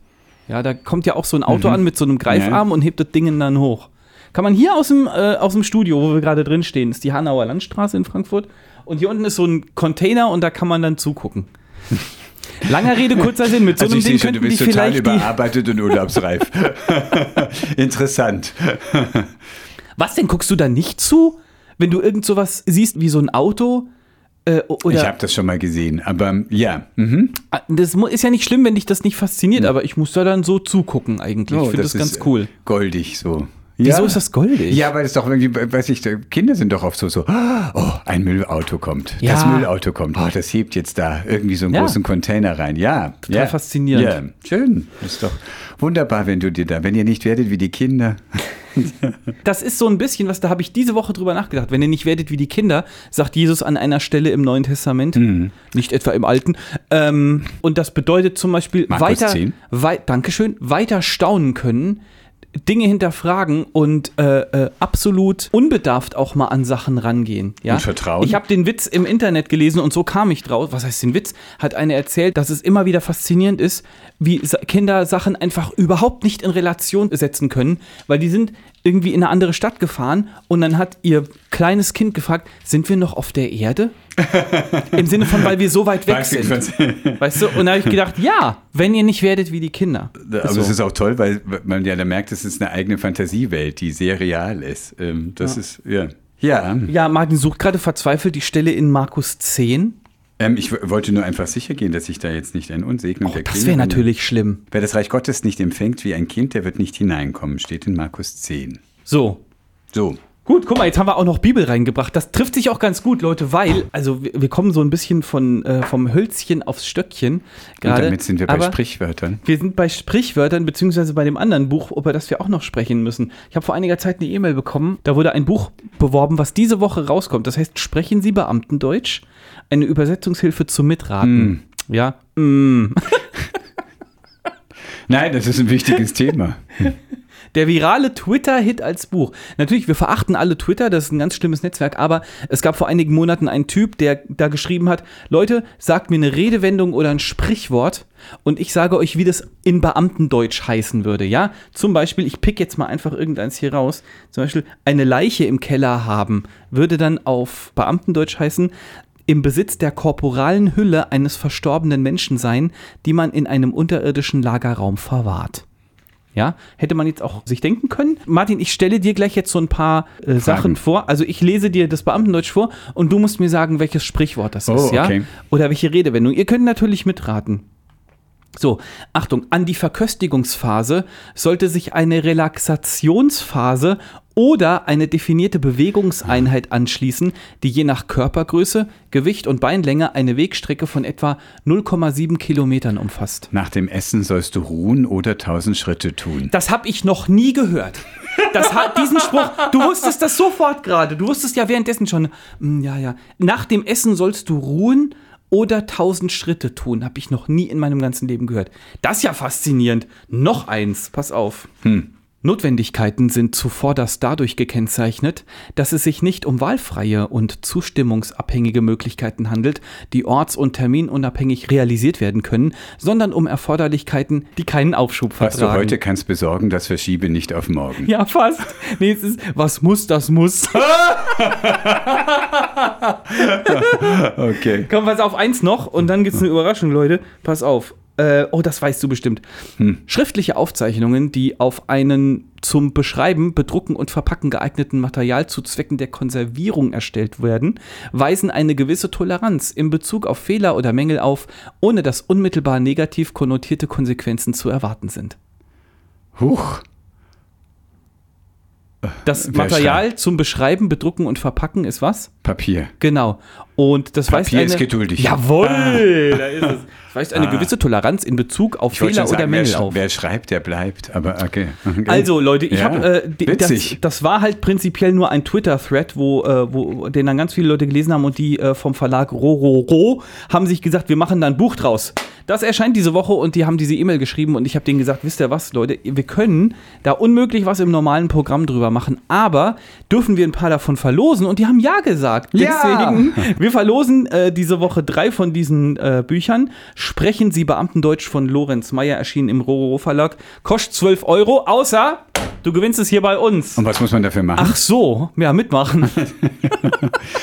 Speaker 2: Ja, da kommt ja auch so ein Auto
Speaker 1: Mhm.
Speaker 2: an mit so einem Greifarm und hebt das Ding dann hoch. Kann man hier aus dem, äh, aus dem Studio, wo wir gerade drin stehen, ist die Hanauer Landstraße in Frankfurt. Und hier unten ist so ein Container und da kann man dann
Speaker 1: [LAUGHS]
Speaker 2: zugucken. Langer Rede, kurzer Sinn. Mit so
Speaker 1: Also
Speaker 2: einem
Speaker 1: ich
Speaker 2: Ding
Speaker 1: sehe schon, du
Speaker 2: könnten die
Speaker 1: bist total
Speaker 2: vielleicht die,
Speaker 1: überarbeitet und
Speaker 2: [LAUGHS]
Speaker 1: urlaubsreif. Interessant.
Speaker 2: Was denn? Guckst du da nicht zu? Wenn du irgend sowas siehst wie so ein Auto? Äh, o- oder,
Speaker 1: Ich habe das schon mal gesehen, aber ja. Mhm.
Speaker 2: Ah, das mu- ist ja nicht schlimm, wenn dich das nicht fasziniert, aber ich muss da dann so zugucken eigentlich. ich finde das,
Speaker 1: Hm. ist,
Speaker 2: ganz cool.
Speaker 1: äh, Goldig so.
Speaker 2: Wieso
Speaker 1: Ja.
Speaker 2: ist das goldig?
Speaker 1: Ja, weil es doch irgendwie, weiß ich, Kinder sind doch oft so, so, oh, ein Müllauto kommt, das
Speaker 2: Ja.
Speaker 1: Müllauto kommt, oh, das hebt jetzt da irgendwie so einen
Speaker 2: Ja.
Speaker 1: großen Container rein. Ja,
Speaker 2: Total
Speaker 1: ja.
Speaker 2: faszinierend.
Speaker 1: Ja, schön. Ist doch wunderbar, wenn du dir da, wenn ihr nicht werdet wie die Kinder.
Speaker 2: Das ist so ein bisschen was, da habe ich diese Woche drüber nachgedacht. Wenn ihr nicht werdet wie die Kinder, sagt Jesus an einer Stelle im Neuen Testament, nicht etwa im Alten. Ähm, und das bedeutet zum Beispiel
Speaker 1: Markus
Speaker 2: weiter,
Speaker 1: 10.
Speaker 2: wei Dankeschön, weiter staunen können, Dinge hinterfragen und äh, äh, absolut unbedarft auch mal an Sachen rangehen. Ja?
Speaker 1: Und vertrauen.
Speaker 2: Ich habe den Witz im Internet gelesen und so kam ich drauf. Was heißt den Witz? Hat eine erzählt, dass es immer wieder faszinierend ist, wie Sa- Kinder Sachen einfach überhaupt nicht in Relation setzen können, weil die sind irgendwie in eine andere Stadt gefahren und dann hat ihr kleines Kind gefragt, sind wir noch auf
Speaker 1: [LAUGHS]
Speaker 2: der Erde? Im Sinne von, weil wir so weit weg
Speaker 1: Weiß ich,
Speaker 2: sind.
Speaker 1: was-
Speaker 2: Weißt du? Und da habe ich gedacht, ja, wenn ihr nicht werdet wie die Kinder.
Speaker 1: Äh, Aber
Speaker 2: So.
Speaker 1: es ist auch toll, weil man ja da merkt, es ist eine eigene Fantasiewelt, die sehr real ist. Ähm, das ist, ja. Ja,
Speaker 2: ja, Martin sucht gerade verzweifelt die Stelle in Markus 10.
Speaker 1: ähm, ich w- wollte nur einfach sicher gehen, dass ich da jetzt nicht ein Unsegnung der
Speaker 2: Das wäre natürlich schlimm.
Speaker 1: Wer das Reich Gottes nicht empfängt wie ein Kind, der wird nicht hineinkommen, steht in Markus 10.
Speaker 2: So,
Speaker 1: So,
Speaker 2: Gut, guck mal, jetzt haben wir auch noch Bibel reingebracht. Das trifft sich auch ganz gut, Leute, weil, also wir, wir kommen so ein bisschen von, äh, vom Hölzchen aufs Stöckchen
Speaker 1: und
Speaker 2: gerade.
Speaker 1: damit sind wir bei
Speaker 2: aber
Speaker 1: Sprichwörtern.
Speaker 2: Wir sind bei Sprichwörtern, beziehungsweise bei dem anderen Buch, über das wir auch noch sprechen müssen. Ich habe vor einiger Zeit eine E-Mail bekommen, da wurde ein Buch beworben, was diese Woche rauskommt. Das heißt, sprechen Sie Beamtendeutsch? Eine Übersetzungshilfe zum Mitraten.
Speaker 1: Hm.
Speaker 2: Ja. Mm.
Speaker 1: Nein, das ist ein
Speaker 2: [LAUGHS]
Speaker 1: wichtiges Thema.
Speaker 2: Der virale Twitter-Hit als Buch. Natürlich, wir verachten alle Twitter, das ist ein ganz schlimmes Netzwerk, aber es gab vor einigen Monaten einen Typ, der da geschrieben hat, Leute, sagt mir eine Redewendung oder ein Sprichwort und ich sage euch, wie das in Beamtendeutsch heißen würde, ja? Zum Beispiel, ich pick jetzt mal einfach irgendeins hier raus, zum Beispiel, eine Leiche im Keller haben, würde dann auf Beamtendeutsch heißen, im Besitz der korporalen Hülle eines verstorbenen Menschen sein, die man in einem unterirdischen Lagerraum verwahrt. Ja, hätte man jetzt auch sich denken können. Martin, ich stelle dir gleich jetzt so ein paar äh, Sachen vor. Also ich lese dir das Beamtendeutsch vor und du musst mir sagen, welches Sprichwort das
Speaker 1: Oh,
Speaker 2: ist, ja?
Speaker 1: okay.
Speaker 2: Oder welche Redewendung. Ihr könnt natürlich mitraten. So, Achtung, an die Verköstigungsphase sollte sich eine Relaxationsphase oder eine definierte Bewegungseinheit anschließen, die je nach Körpergröße, Gewicht und Beinlänge eine Wegstrecke von etwa 0,7 Kilometern umfasst.
Speaker 1: Nach dem Essen sollst du ruhen oder tausend Schritte tun.
Speaker 2: Das habe ich noch nie gehört. Das hat diesen Spruch. Du wusstest das sofort gerade. Du wusstest ja währenddessen schon. "Mm, Ja, ja. Nach dem Essen sollst du ruhen oder tausend Schritte tun. Habe ich noch nie in meinem ganzen Leben gehört. Das ist ja faszinierend. Noch eins. Pass auf.
Speaker 1: Hm.
Speaker 2: Notwendigkeiten sind zuvorderst dadurch gekennzeichnet, dass es sich nicht um wahlfreie und zustimmungsabhängige Möglichkeiten handelt, die orts- und terminunabhängig realisiert werden können, sondern um Erforderlichkeiten, die keinen Aufschub
Speaker 1: Was
Speaker 2: vertragen.
Speaker 1: du heute kannst besorgen, das verschiebe nicht auf morgen.
Speaker 2: [LAUGHS] Ja, fast. Nee, es ist, was muss, das muss. [LAUGHS]
Speaker 1: Okay.
Speaker 2: Komm, pass auf, eins noch und dann gibt's eine Überraschung, Leute. Pass auf. Äh, oh, das weißt du bestimmt. Schriftliche Aufzeichnungen, die auf einen zum Beschreiben, Bedrucken und Verpacken geeigneten Material zu Zwecken der Konservierung erstellt werden, weisen eine gewisse Toleranz in Bezug auf Fehler oder Mängel auf, ohne dass unmittelbar negativ konnotierte Konsequenzen zu erwarten sind.
Speaker 1: Huch.
Speaker 2: Das
Speaker 1: Wer
Speaker 2: Material zum Beschreiben, Bedrucken und Verpacken ist was?
Speaker 1: Papier.
Speaker 2: Genau. Und das weist
Speaker 1: Papier
Speaker 2: eine,
Speaker 1: ist geduldig. Ah.
Speaker 2: Jawohl, da ist es. Das weist eine gewisse Toleranz in Bezug auf
Speaker 1: Ich wollte
Speaker 2: Fehler
Speaker 1: schon
Speaker 2: oder
Speaker 1: sagen,
Speaker 2: Mängel
Speaker 1: wer,
Speaker 2: auf.
Speaker 1: sch- wer schreibt, der bleibt. Aber okay. [LAUGHS] okay.
Speaker 2: Also Leute, ich
Speaker 1: Ja,
Speaker 2: habe äh, die- das,
Speaker 1: witzig.
Speaker 2: das war halt prinzipiell nur ein Twitter-Thread, wo, äh, wo den dann ganz viele Leute gelesen haben und die äh, vom Verlag Rororo haben sich gesagt, wir machen da ein Buch draus. Das erscheint diese Woche und die haben diese E-Mail geschrieben und ich habe denen gesagt, wisst ihr was, Leute, wir können da unmöglich was im normalen Programm drüber machen, aber dürfen wir ein paar davon verlosen und die haben ja gesagt.
Speaker 1: Ja!
Speaker 2: Deswegen [LAUGHS] wir verlosen äh, diese Woche drei von diesen äh, Büchern. Sprechen Sie Beamtendeutsch von Lorenz Meyer, erschienen im Rororo Verlag. Kostet 12 Euro, außer du gewinnst es hier bei uns.
Speaker 1: Und was muss man dafür machen?
Speaker 2: Ach so, ja, mitmachen.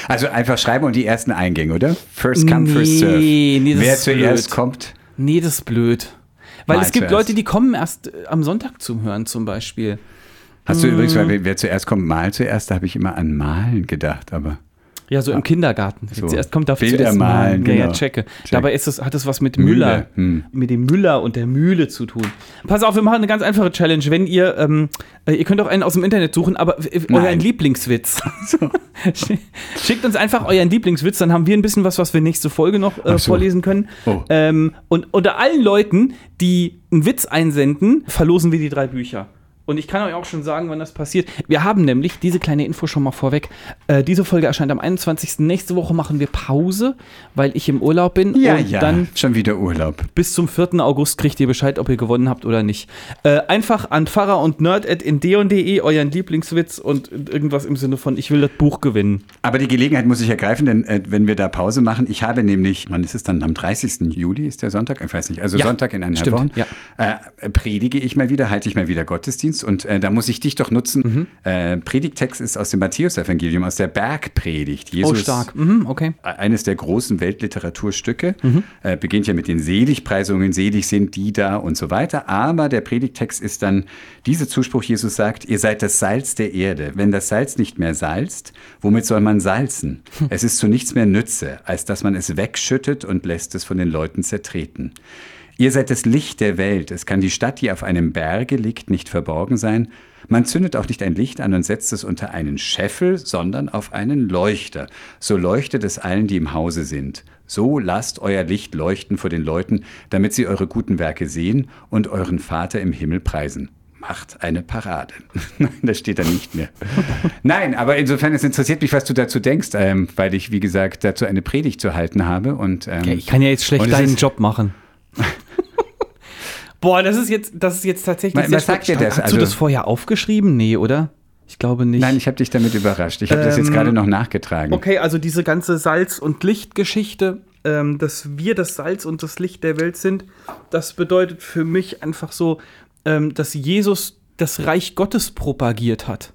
Speaker 1: Also einfach schreiben und die ersten Eingänge, oder? First come, first
Speaker 2: Nee,
Speaker 1: serve.
Speaker 2: nee, das
Speaker 1: wer
Speaker 2: ist
Speaker 1: zuerst
Speaker 2: blöd.
Speaker 1: kommt.
Speaker 2: [LAUGHS] Nee, das ist blöd. Weil
Speaker 1: Mal
Speaker 2: es gibt
Speaker 1: zuerst.
Speaker 2: Leute, die kommen erst äh, am Sonntag zum Hören zum Beispiel.
Speaker 1: Hast du
Speaker 2: Mm.
Speaker 1: übrigens, weil wer- wer zuerst kommt, mal zuerst, da habe ich immer an Malen gedacht, aber
Speaker 2: Ja, so im Kindergarten.
Speaker 1: Ah. So.
Speaker 2: Zuerst kommt darf
Speaker 1: Bilder
Speaker 2: zuerst
Speaker 1: malen,
Speaker 2: Ja, ja,
Speaker 1: genau.
Speaker 2: checke.
Speaker 1: Check.
Speaker 2: Dabei ist es, hat es was mit Müller,
Speaker 1: Mühle, hm.
Speaker 2: mit dem Müller und der Mühle zu tun. Pass auf, wir machen eine ganz einfache Challenge. Wenn ihr, ähm, äh, ihr könnt auch einen aus dem Internet suchen, aber äh,
Speaker 1: Nein. [LAUGHS]
Speaker 2: euren Lieblingswitz. Sch- [LAUGHS] Schickt uns einfach euren Lieblingswitz, dann haben wir ein bisschen was, was wir nächste Folge noch äh,
Speaker 1: Ach so.
Speaker 2: vorlesen können.
Speaker 1: Oh.
Speaker 2: Ähm, und unter allen Leuten, die einen Witz einsenden, verlosen wir die drei Bücher. Und ich kann euch auch schon sagen, wann das passiert. Wir haben nämlich diese kleine Info schon mal vorweg. Äh, diese Folge erscheint am 21. Nächste Woche machen wir Pause, weil ich im Urlaub bin. und dann
Speaker 1: Oh schon wieder Urlaub.
Speaker 2: bis zum 4. August kriegt ihr Bescheid, ob ihr gewonnen habt oder nicht. Äh, einfach an Pfarrer und Nerd at indeon.de euren Lieblingswitz und irgendwas im Sinne von, ich will das Buch gewinnen.
Speaker 1: Aber die Gelegenheit muss ich ergreifen, denn äh, wenn wir da Pause machen, ich habe nämlich, wann ist es dann? Am 30. Juli ist der Sonntag, ich weiß nicht, also
Speaker 2: Ja,
Speaker 1: Sonntag in einer
Speaker 2: stimmt,
Speaker 1: Woche,
Speaker 2: ja.
Speaker 1: äh, predige ich mal wieder, halte ich mal wieder Gottesdienst und äh, da muss ich dich doch
Speaker 2: Mhm.
Speaker 1: nutzen. Äh, Predigtext ist aus dem Matthäusevangelium, aus der Bergpredigt. Jesus,
Speaker 2: oh, stark. Mhm, okay.
Speaker 1: Äh, eines der großen Weltliteraturstücke. Äh, beginnt ja mit den Seligpreisungen, selig sind die da und so weiter. Aber der Predigtext ist dann dieser Zuspruch, Jesus sagt, ihr seid das Salz der Erde. Wenn das Salz nicht mehr salzt, womit soll man salzen? Es ist zu nichts mehr Nütze, als dass man es wegschüttet und lässt es von den Leuten zertreten. Ihr seid das Licht der Welt. Es kann die Stadt, die auf einem Berge liegt, nicht verborgen sein. Man zündet auch nicht ein Licht an und setzt es unter einen Scheffel, sondern auf einen Leuchter. So leuchtet es allen, die im Hause sind. So lasst euer Licht leuchten vor den Leuten, damit sie eure guten Werke sehen und euren Vater im Himmel preisen. macht eine Parade. [LAUGHS] Nein, das steht da nicht mehr. Nein, aber insofern, es interessiert mich, was du dazu denkst, ähm, weil ich, wie gesagt, dazu eine Predigt zu halten habe. Und, ähm,
Speaker 2: Ja, ich kann ja jetzt
Speaker 1: und
Speaker 2: schlecht
Speaker 1: es
Speaker 2: deinen
Speaker 1: ist-
Speaker 2: Job machen. [LAUGHS] Boah, das ist jetzt, das ist jetzt tatsächlich.
Speaker 1: Was
Speaker 2: sehr
Speaker 1: sagt
Speaker 2: spannend.
Speaker 1: ihr das?
Speaker 2: Hast du
Speaker 1: Also-
Speaker 2: das vorher aufgeschrieben? Nee, oder? Ich glaube nicht.
Speaker 1: Nein, ich habe dich damit überrascht. Ich habe das jetzt
Speaker 2: Ähm,
Speaker 1: gerade noch nachgetragen.
Speaker 2: Okay, also diese ganze Salz- und Lichtgeschichte, ähm, dass wir das Salz und das Licht der Welt sind, das bedeutet für mich einfach so, ähm, dass Jesus das Reich Gottes propagiert hat.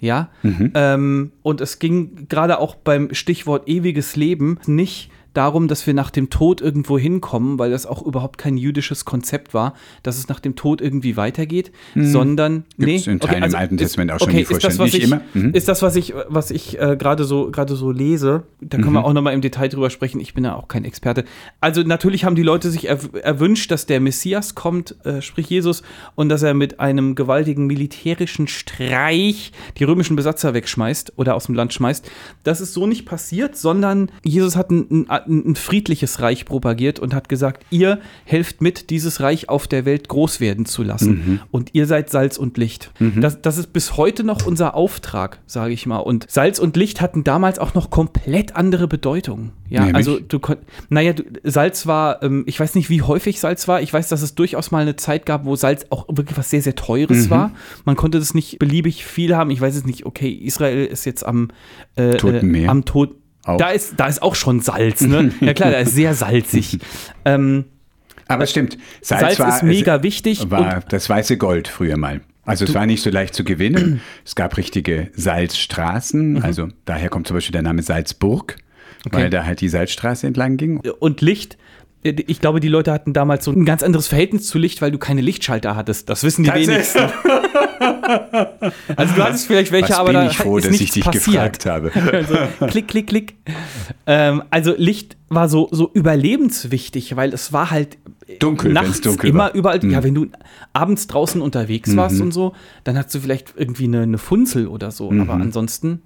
Speaker 2: Ja, ähm, und es ging gerade auch beim Stichwort ewiges Leben nicht darum, dass wir nach dem Tod irgendwo hinkommen, weil das auch überhaupt kein jüdisches Konzept war, dass es nach dem Tod irgendwie weitergeht, sondern
Speaker 1: Gibt's in Teilen im Alten
Speaker 2: also ist-
Speaker 1: Testament auch schon die
Speaker 2: ist das,
Speaker 1: Vorstellung.
Speaker 2: was
Speaker 1: Nicht
Speaker 2: ich,
Speaker 1: immer. Mhm.
Speaker 2: ist das, was ich, was ich äh, gerade so, gerade so lese. Da können wir
Speaker 1: Mhm.
Speaker 2: auch nochmal im Detail drüber sprechen. Ich bin ja auch kein Experte. Also natürlich haben die Leute sich erw erwünscht, dass der Messias kommt, äh, sprich Jesus, und dass er mit einem gewaltigen militärischen Streich die römischen Besatzer wegschmeißt oder aus dem Land schmeißt. Das ist so nicht passiert, sondern Jesus hat ein, ein, ein friedliches Reich propagiert und hat gesagt, ihr helft mit, dieses Reich auf der Welt groß werden zu lassen. Und ihr seid Salz und Licht. Das, das ist bis heute noch unser Auftrag, sage ich mal. Und Salz und Licht hatten damals auch noch komplett andere Bedeutung. Ja,
Speaker 1: Nämlich?
Speaker 2: also du kon- naja, du, Salz war, ähm, ich weiß nicht, wie häufig Salz war. Ich weiß, dass es durchaus mal eine Zeit gab, wo Salz auch wirklich was sehr, sehr Teures war. Man konnte das nicht beliebig viel haben. Ich weiß es nicht, okay, Israel ist jetzt am äh,
Speaker 1: Toten
Speaker 2: äh,
Speaker 1: Meer.
Speaker 2: am Toten.
Speaker 1: Auch.
Speaker 2: Da ist, da ist auch schon
Speaker 1: [LAUGHS]
Speaker 2: Salz, ne? Ja klar, da ist sehr salzig. ähm,
Speaker 1: Aber es stimmt.
Speaker 2: Salz ist mega wichtig
Speaker 1: War das weiße Gold früher mal. Also es war nicht so leicht zu gewinnen. Es gab richtige Salzstraßen.
Speaker 2: Mhm.
Speaker 1: Also daher kommt zum Beispiel der Name Salzburg, weil da halt die Salzstraße entlang ging.
Speaker 2: und Licht. Ich glaube, die Leute hatten damals so ein ganz anderes Verhältnis zu Licht, weil du keine Lichtschalter hattest. Das wissen die wenigsten. Also du hattest vielleicht welche,
Speaker 1: Was
Speaker 2: aber
Speaker 1: bin
Speaker 2: da
Speaker 1: ich froh,
Speaker 2: ist
Speaker 1: dass ich
Speaker 2: nichts
Speaker 1: dich
Speaker 2: passiert.
Speaker 1: gefragt
Speaker 2: [LAUGHS]
Speaker 1: habe.
Speaker 2: Also, klick, klick, klick. Ähm, also Licht war so, so überlebenswichtig, weil es war halt
Speaker 1: Dunkel, wenn's
Speaker 2: nachts
Speaker 1: dunkel
Speaker 2: immer
Speaker 1: war. Mhm.
Speaker 2: überall. Ja, wenn du abends draußen unterwegs warst und so, dann hattest du vielleicht irgendwie eine, eine Funzel oder so. Aber
Speaker 1: Mhm.
Speaker 2: ansonsten,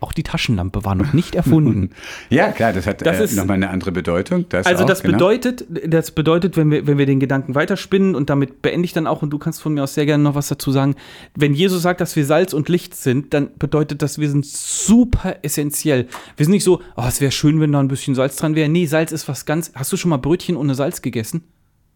Speaker 2: auch die Taschenlampe war noch
Speaker 1: [LAUGHS]
Speaker 2: nicht erfunden.
Speaker 1: Ja, klar, das hat
Speaker 2: Das
Speaker 1: äh,
Speaker 2: ist-
Speaker 1: nochmal eine andere Bedeutung. Das
Speaker 2: Also
Speaker 1: auch,
Speaker 2: das
Speaker 1: genau.
Speaker 2: bedeutet, das bedeutet, wenn wir, wenn wir den Gedanken weiterspinnen und damit beende ich dann auch, und du kannst von mir aus sehr gerne noch was dazu sagen, wenn Jesus sagt, dass wir Salz und Licht sind, dann bedeutet das, wir sind super essentiell. Wir sind nicht so, oh, es wäre schön, wenn da ein bisschen Salz dran wäre. Nee, Salz ist was ganz. Hast du schon mal Brötchen ohne Salz gegessen?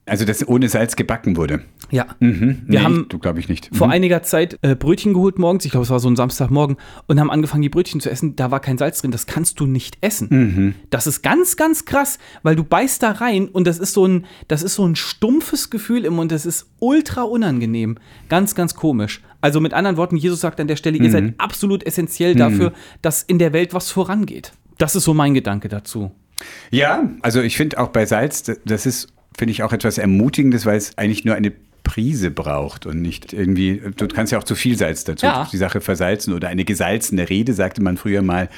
Speaker 1: Also, dass ohne Salz gebacken wurde.
Speaker 2: Ja.
Speaker 1: Mhm. Nee,
Speaker 2: Wir haben
Speaker 1: du glaube ich nicht.
Speaker 2: vor
Speaker 1: Mhm.
Speaker 2: einiger Zeit äh, Brötchen geholt morgens, ich glaube, es war so ein Samstagmorgen, und haben angefangen, die Brötchen zu essen. Da war kein Salz drin, das kannst du nicht essen. Das ist ganz, ganz krass, weil du beißt da rein und das ist so ein, das ist so ein stumpfes Gefühl im Mund, das ist ultra unangenehm. Ganz, ganz komisch. Also mit anderen Worten, Jesus sagt an der Stelle, ihr seid absolut essentiell dafür, dass in der Welt was vorangeht. Das ist so mein Gedanke dazu.
Speaker 1: Ja, also ich finde auch bei Salz, d- das ist, finde ich auch etwas Ermutigendes, weil es eigentlich nur eine Prise braucht und nicht irgendwie, du kannst ja auch zu viel Salz dazu
Speaker 2: Ja.
Speaker 1: die Sache versalzen oder eine gesalzene Rede, sagte man früher mal,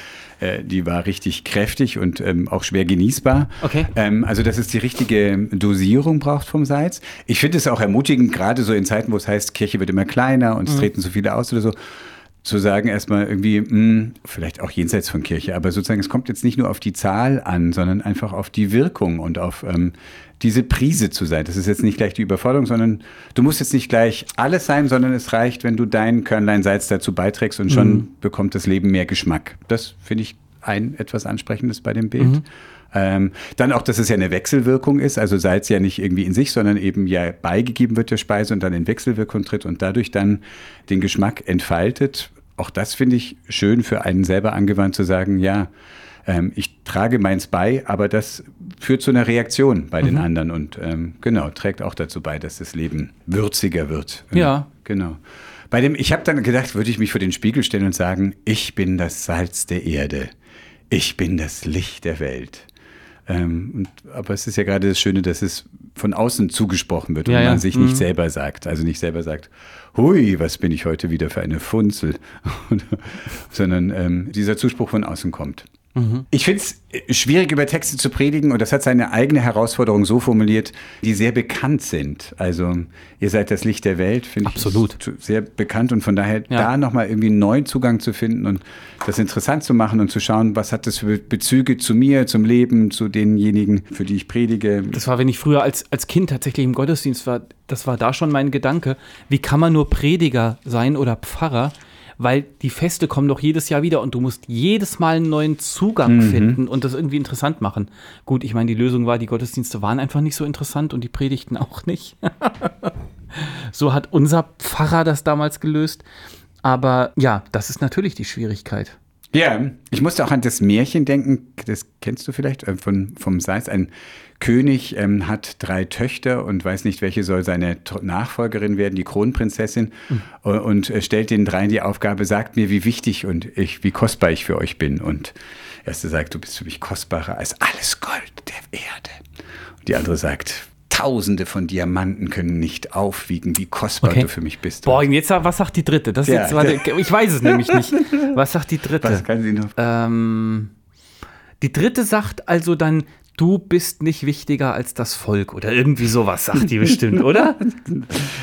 Speaker 1: äh, die war richtig kräftig und ähm, auch schwer genießbar.
Speaker 2: Okay.
Speaker 1: Ähm, also, dass es die richtige Dosierung braucht vom Salz. Ich finde es auch ermutigend, gerade so in Zeiten, wo es heißt, Kirche wird immer kleiner und es treten so viele aus oder so, zu sagen erstmal irgendwie, mh, vielleicht auch jenseits von Kirche, aber sozusagen, es kommt jetzt nicht nur auf die Zahl an, sondern einfach auf die Wirkung und auf ähm, diese Prise zu sein. Das ist jetzt nicht gleich die Überforderung, sondern du musst jetzt nicht gleich alles sein, sondern es reicht, wenn du dein Körnlein Salz dazu beiträgst und schon bekommt das Leben mehr Geschmack. Das finde ich ein etwas Ansprechendes bei dem Bild. Ähm, dann auch, dass es ja eine Wechselwirkung ist, also Salz ja nicht irgendwie in sich, sondern eben ja beigegeben wird der Speise und dann in Wechselwirkung tritt und dadurch dann den Geschmack entfaltet. Auch das finde ich schön für einen selber angewandt zu sagen, ja, ähm, ich trage meins bei, aber das führt zu einer Reaktion bei den anderen und ähm, genau, trägt auch dazu bei, dass das Leben würziger wird.
Speaker 2: Ja.
Speaker 1: Genau. Bei dem, ich habe dann gedacht, würde ich mich vor den Spiegel stellen und sagen, ich bin das Salz der Erde. Ich bin das Licht der Welt. Ähm, und, aber es ist ja gerade das Schöne, dass es von außen zugesprochen wird und
Speaker 2: Ja, Mhm. ja.
Speaker 1: man sich nicht selber sagt. Also nicht selber sagt, hui, was bin [LAUGHS] ich heute wieder für eine Funzel, sondern ähm, dieser Zuspruch von außen kommt.
Speaker 2: Mhm.
Speaker 1: Ich finde es schwierig, über Texte zu predigen und das hat seine eigene Herausforderung so formuliert, die sehr bekannt sind. Also ihr seid das Licht der Welt, finde ich.
Speaker 2: Absolut.
Speaker 1: ist zu- Sehr bekannt und von daher
Speaker 2: Ja.
Speaker 1: da nochmal irgendwie einen neuen Zugang zu finden und das interessant zu machen und zu schauen, was hat das für Bezüge zu mir, zum Leben, zu denjenigen, für die ich predige.
Speaker 2: Das war, wenn ich früher als, als Kind tatsächlich im Gottesdienst war, das war da schon mein Gedanke. Wie kann man nur Prediger sein oder Pfarrer? Weil die Feste kommen doch jedes Jahr wieder und du musst jedes Mal einen neuen Zugang finden und das irgendwie interessant machen. Gut, ich meine, die Lösung war, die Gottesdienste waren einfach nicht so interessant und die Predigten [LAUGHS] auch nicht. so hat unser Pfarrer das damals gelöst. Aber ja, das ist natürlich die Schwierigkeit.
Speaker 1: Ja, ich musste auch an das Märchen denken, das kennst du vielleicht äh, von, vom Seitz. Ein König ähm, hat drei Töchter und weiß nicht, welche soll seine Tr- Nachfolgerin werden, die Kronprinzessin,
Speaker 2: Hm.
Speaker 1: äh, und äh, stellt den dreien die Aufgabe, sagt mir, wie wichtig und ich, wie kostbar ich für euch bin. Und erste sagt, du bist für mich kostbarer als alles Gold der Erde. Und die andere sagt, Tausende von Diamanten können nicht aufwiegen, wie kostbar
Speaker 2: Okay.
Speaker 1: du für mich bist.
Speaker 2: Boah, und jetzt, was sagt die dritte? Das ist
Speaker 1: Ja.
Speaker 2: jetzt, warte, ich weiß es nämlich [LAUGHS] nicht. Was sagt die dritte?
Speaker 1: Was kann sie noch?
Speaker 2: Ähm, die dritte sagt also dann, du bist nicht wichtiger als das Volk oder irgendwie sowas sagt die bestimmt, oder?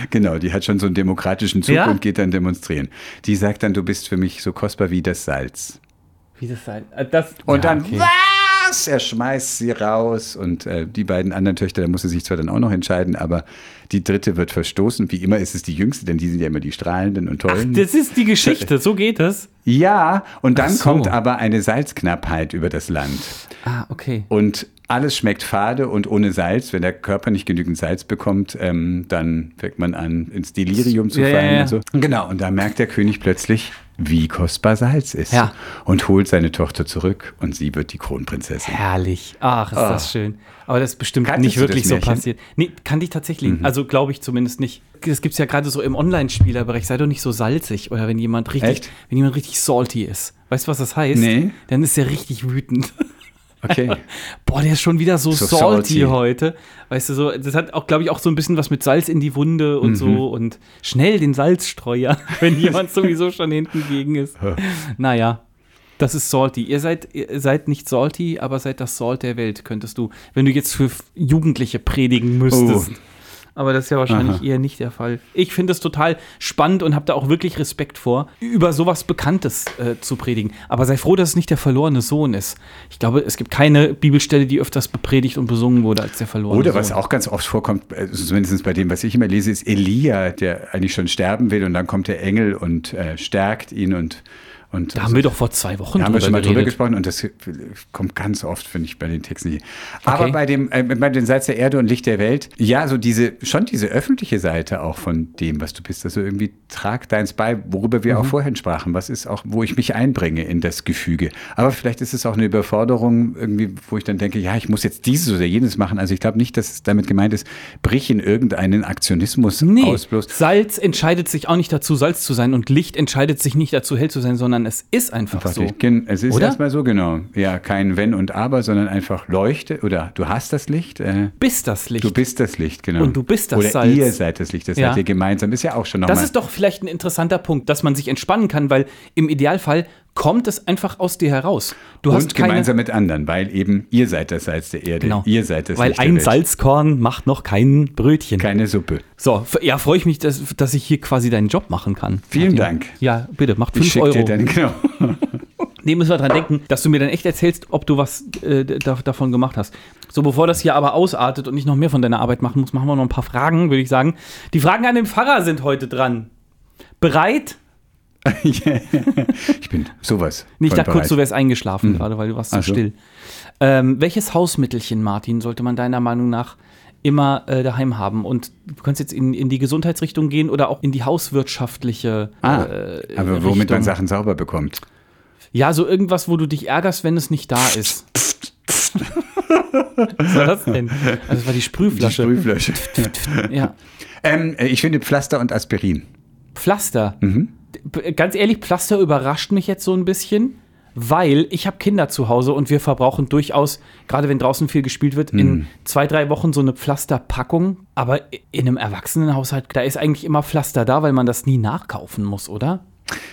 Speaker 1: Genau, die hat schon so einen demokratischen Zug
Speaker 2: Ja?
Speaker 1: und geht dann demonstrieren. Die sagt dann, du bist für mich so kostbar wie das Salz.
Speaker 2: [LAUGHS] Wie das sein? äh, Das,
Speaker 1: Und
Speaker 2: Ja,
Speaker 1: dann,
Speaker 2: okay.
Speaker 1: was? Er schmeißt sie raus. Und äh, die beiden anderen Töchter, da muss sie sich zwar dann auch noch entscheiden, aber die dritte wird verstoßen. Wie immer ist es die jüngste, denn die sind ja immer die strahlenden und tollen.
Speaker 2: Das ist die Geschichte, so geht das.
Speaker 1: ja, und dann
Speaker 2: Ach so.
Speaker 1: kommt aber eine Salzknappheit über das Land.
Speaker 2: Ah, okay.
Speaker 1: Und alles schmeckt fade und ohne Salz. Wenn der Körper nicht genügend Salz bekommt, ähm, dann fängt man an, ins Delirium zu
Speaker 2: Ja, ja,
Speaker 1: fallen.
Speaker 2: ja.
Speaker 1: Und so. Genau, und da merkt der König plötzlich, wie kostbar Salz ist.
Speaker 2: Ja.
Speaker 1: Und holt seine Tochter zurück und sie wird die Kronprinzessin.
Speaker 2: Herrlich. Ach, ist das schön. Aber Ah. das ist bestimmt
Speaker 1: Kanntest
Speaker 2: nicht
Speaker 1: du das
Speaker 2: wirklich so
Speaker 1: Märchen?
Speaker 2: passiert. Nee, kannte ich tatsächlich. Also glaube ich zumindest nicht. Das gibt es ja gerade so im Online-Spielerbereich. Sei doch nicht so salzig. Oder wenn jemand richtig,
Speaker 1: Echt?
Speaker 2: wenn jemand richtig salty ist. Weißt du, was das heißt?
Speaker 1: Nee.
Speaker 2: Dann ist er richtig wütend.
Speaker 1: Okay.
Speaker 2: Boah, der ist schon wieder so,
Speaker 1: So
Speaker 2: salty,
Speaker 1: salty.
Speaker 2: heute. Weißt du, so, das hat auch, glaube ich, auch so ein bisschen was mit Salz in die Wunde und
Speaker 1: Mhm.
Speaker 2: so und schnell den Salzstreuer, [LAUGHS]
Speaker 1: [LAUGHS]
Speaker 2: wenn jemand sowieso schon hinten gegen ist. naja, das ist salty. Ihr seid, ihr seid nicht salty, aber seid das Salt der Welt, könntest du, wenn du jetzt für Jugendliche predigen müsstest.
Speaker 1: Oh.
Speaker 2: Aber das ist ja wahrscheinlich
Speaker 1: Aha.
Speaker 2: eher nicht der Fall. Ich finde es total spannend und habe da auch wirklich Respekt vor, über sowas Bekanntes äh, zu predigen. Aber sei froh, dass es nicht der verlorene Sohn ist. Ich glaube, es gibt keine Bibelstelle, die öfters bepredigt und besungen wurde als der
Speaker 1: [LAUGHS]
Speaker 2: verlorene
Speaker 1: Oder
Speaker 2: Sohn.
Speaker 1: was auch ganz oft vorkommt, äh, zumindest bei dem, was ich immer lese, ist Elia, der eigentlich schon sterben will und dann kommt der Engel und äh, stärkt ihn und. und
Speaker 2: Da haben wir doch vor zwei Wochen
Speaker 1: Da haben wir schon mal drüber
Speaker 2: geredet.
Speaker 1: gesprochen und das kommt ganz oft, finde ich, bei den Texten hier. Aber
Speaker 2: Okay.
Speaker 1: bei dem, äh, bei dem Salz der Erde und Licht der Welt, ja, so diese, schon diese öffentliche Seite auch von dem, was du bist. Also irgendwie trag deins bei, worüber wir auch
Speaker 2: Mhm.
Speaker 1: vorhin sprachen. Was ist auch, wo ich mich einbringe in das Gefüge. Aber vielleicht ist es auch eine Überforderung irgendwie, wo ich dann denke, ja, ich muss jetzt dieses oder jenes machen. Also ich glaube nicht, dass es damit gemeint ist, brich in irgendeinen Aktionismus
Speaker 2: Nee,
Speaker 1: aus bloß.
Speaker 2: Salz entscheidet sich auch nicht dazu, Salz zu sein und Licht entscheidet sich nicht dazu, hell zu sein, sondern es ist einfach
Speaker 1: Warte,
Speaker 2: so.
Speaker 1: ich kenn- Es ist
Speaker 2: Oder?
Speaker 1: erstmal so genau. Ja, kein Wenn und Aber, sondern einfach leuchte oder du hast das Licht. Äh,
Speaker 2: Bist das Licht.
Speaker 1: du bist das Licht, genau.
Speaker 2: Und du bist das
Speaker 1: oder
Speaker 2: Salz.
Speaker 1: Ihr seid das Licht, das
Speaker 2: Ja.
Speaker 1: seid ihr gemeinsam. Ist ja auch schon nochmal.
Speaker 2: Das ist doch vielleicht ein interessanter Punkt, dass man sich entspannen kann, weil im Idealfall kommt es einfach aus dir heraus. Du hast
Speaker 1: und
Speaker 2: keine,
Speaker 1: gemeinsam mit anderen, weil eben ihr seid das Salz der Erde.
Speaker 2: genau,
Speaker 1: Ihr seid das
Speaker 2: weil
Speaker 1: Licht der
Speaker 2: ein
Speaker 1: Welt.
Speaker 2: Salzkorn macht noch kein Brötchen.
Speaker 1: Keine Suppe.
Speaker 2: so, f- ja, freue ich mich, dass, dass ich hier quasi deinen Job machen kann.
Speaker 1: Vielen
Speaker 2: Martin.
Speaker 1: Dank.
Speaker 2: Ja, bitte, macht
Speaker 1: Ich
Speaker 2: 5
Speaker 1: schick
Speaker 2: Euro.
Speaker 1: dir dann, genau. [LAUGHS]
Speaker 2: Nee, müssen wir dran denken, dass du mir dann echt erzählst, ob du was äh, da, davon gemacht hast. So, bevor das hier aber ausartet und ich noch mehr von deiner Arbeit machen muss, machen wir noch ein paar Fragen, würde ich sagen. Die Fragen an den Pfarrer sind heute dran. Bereit?
Speaker 1: Ich bin sowas.
Speaker 2: Nee, ich
Speaker 1: von
Speaker 2: dachte kurz,
Speaker 1: bereit. Hm.
Speaker 2: du wärst eingeschlafen gerade, weil du warst so
Speaker 1: Ach so.
Speaker 2: still. Ähm, welches Hausmittelchen, Martin, sollte man deiner Meinung nach immer äh, daheim haben? Und du kannst jetzt in, in die Gesundheitsrichtung gehen oder auch in die hauswirtschaftliche
Speaker 1: Ah,
Speaker 2: äh,
Speaker 1: aber womit man
Speaker 2: Richtung.
Speaker 1: Sachen sauber bekommt.
Speaker 2: Ja, so irgendwas, wo du dich ärgerst, wenn es nicht da ist. Was war das denn? Also, das war die
Speaker 1: Die
Speaker 2: Sprühflasche. [LAUGHS]
Speaker 1: Sprühflasche.
Speaker 2: ja.
Speaker 1: ähm, äh, ich finde Pflaster und Aspirin.
Speaker 2: Pflaster.
Speaker 1: Mhm.
Speaker 2: P- Ganz ehrlich, Pflaster überrascht mich jetzt so ein bisschen, weil ich habe Kinder zu Hause und wir verbrauchen durchaus, gerade wenn draußen viel gespielt wird,
Speaker 1: Mhm.
Speaker 2: in zwei, drei Wochen so eine Pflasterpackung. Aber in einem Erwachsenenhaushalt, da ist eigentlich immer Pflaster da, weil man das nie nachkaufen muss, oder?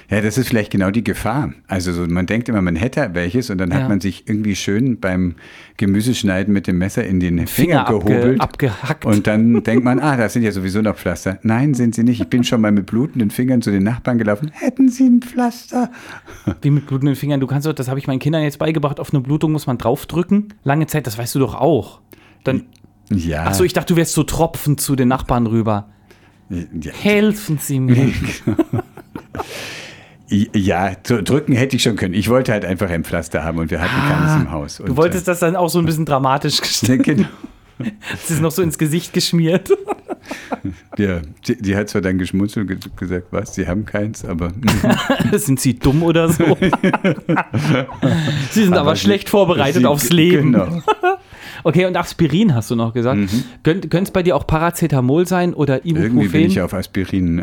Speaker 1: Ja, das ist vielleicht genau die Gefahr. Also so, man denkt immer, man hätte welches und dann
Speaker 2: Ja.
Speaker 1: hat man sich irgendwie schön beim Gemüseschneiden mit dem Messer in den Finger,
Speaker 2: Finger abge-
Speaker 1: gehobelt.
Speaker 2: abgehackt.
Speaker 1: Und dann denkt man, ah, das sind ja sowieso noch Pflaster. Nein, sind sie nicht. Ich bin schon mal mit blutenden Fingern zu den Nachbarn gelaufen. Hätten sie ein Pflaster?
Speaker 2: Wie mit blutenden Fingern. Du kannst doch, das habe ich meinen Kindern jetzt beigebracht, auf eine Blutung muss man draufdrücken. Lange Zeit, das weißt du doch auch. Dann,
Speaker 1: Ja.
Speaker 2: achso, ich dachte, du wärst so Tropfen zu den Nachbarn rüber.
Speaker 1: ja.
Speaker 2: Helfen
Speaker 1: [LAUGHS]
Speaker 2: Sie mir.
Speaker 1: Ja, zu drücken hätte ich schon können. Ich wollte halt einfach ein Pflaster haben und wir hatten keines im Haus.
Speaker 2: Ah,
Speaker 1: [LAUGHS]
Speaker 2: Du wolltest das dann auch so ein bisschen dramatisch [LAUGHS] gestalten.
Speaker 1: Äh, genau.
Speaker 2: Es ist noch so ins
Speaker 1: [LAUGHS]
Speaker 2: Gesicht geschmiert.
Speaker 1: Ja, die, die hat zwar dann geschmunzelt und ge- gesagt, was, sie haben keins,
Speaker 2: [LAUGHS]
Speaker 1: aber
Speaker 2: Sind Sie dumm oder so? [LAUGHS] Sie sind aber,
Speaker 1: Aber sie-
Speaker 2: schlecht vorbereitet
Speaker 1: sie-
Speaker 2: aufs Leben.
Speaker 1: Genau. Mhm.
Speaker 2: Okay, und Aspirin hast du noch gesagt. Könnte es bei dir auch Paracetamol sein oder
Speaker 1: Irgendwie bin
Speaker 2: Ibuprofen?
Speaker 1: ich auf Aspirin,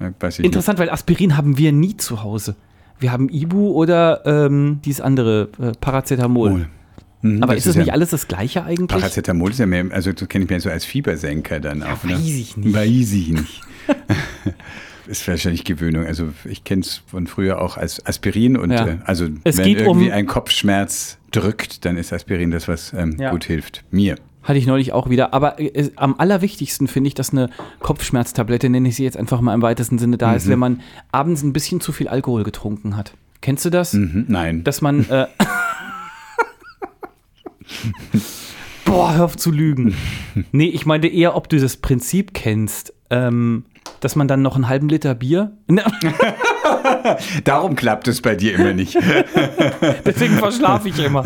Speaker 1: ähm, weiß ich
Speaker 2: Interessant, weil Aspirin haben wir nie zu Hause. Wir haben Ibu oder ähm, dieses andere, äh, Paracetamol.
Speaker 1: Mol. Mhm,
Speaker 2: Aber
Speaker 1: das
Speaker 2: ist es
Speaker 1: ja-
Speaker 2: nicht alles das gleiche eigentlich?
Speaker 1: Paracetamol ist ja mehr, also das kenne ich mir so als Fiebersenker dann auch.
Speaker 2: weiß
Speaker 1: ne?
Speaker 2: ich nicht.
Speaker 1: Weiß ich nicht. [LAUGHS] ist wahrscheinlich Gewöhnung. Also ich kenne es von früher auch als Aspirin und
Speaker 2: Ja.
Speaker 1: äh, also
Speaker 2: Es
Speaker 1: wenn
Speaker 2: geht um-
Speaker 1: irgendwie ein Kopfschmerz drückt, dann ist Aspirin das, was ähm,
Speaker 2: Ja.
Speaker 1: gut hilft. Mir.
Speaker 2: Hatte ich neulich auch wieder. Aber äh, am allerwichtigsten finde ich, dass eine Kopfschmerztablette, nenne ich sie jetzt einfach mal im weitesten Sinne, da
Speaker 1: Mhm.
Speaker 2: ist, wenn man abends ein bisschen zu viel Alkohol getrunken hat. Kennst du das?
Speaker 1: Mhm, nein.
Speaker 2: Dass man.
Speaker 1: [LAUGHS]
Speaker 2: Äh, Boah, hör auf zu lügen. Nee, ich meinte eher, ob du das Prinzip kennst, ähm, dass man dann noch einen halben Liter Bier. [LAUGHS] ne, Na,
Speaker 1: Darum klappt es bei dir
Speaker 2: [LAUGHS]
Speaker 1: immer nicht.
Speaker 2: deswegen verschlafe ich immer.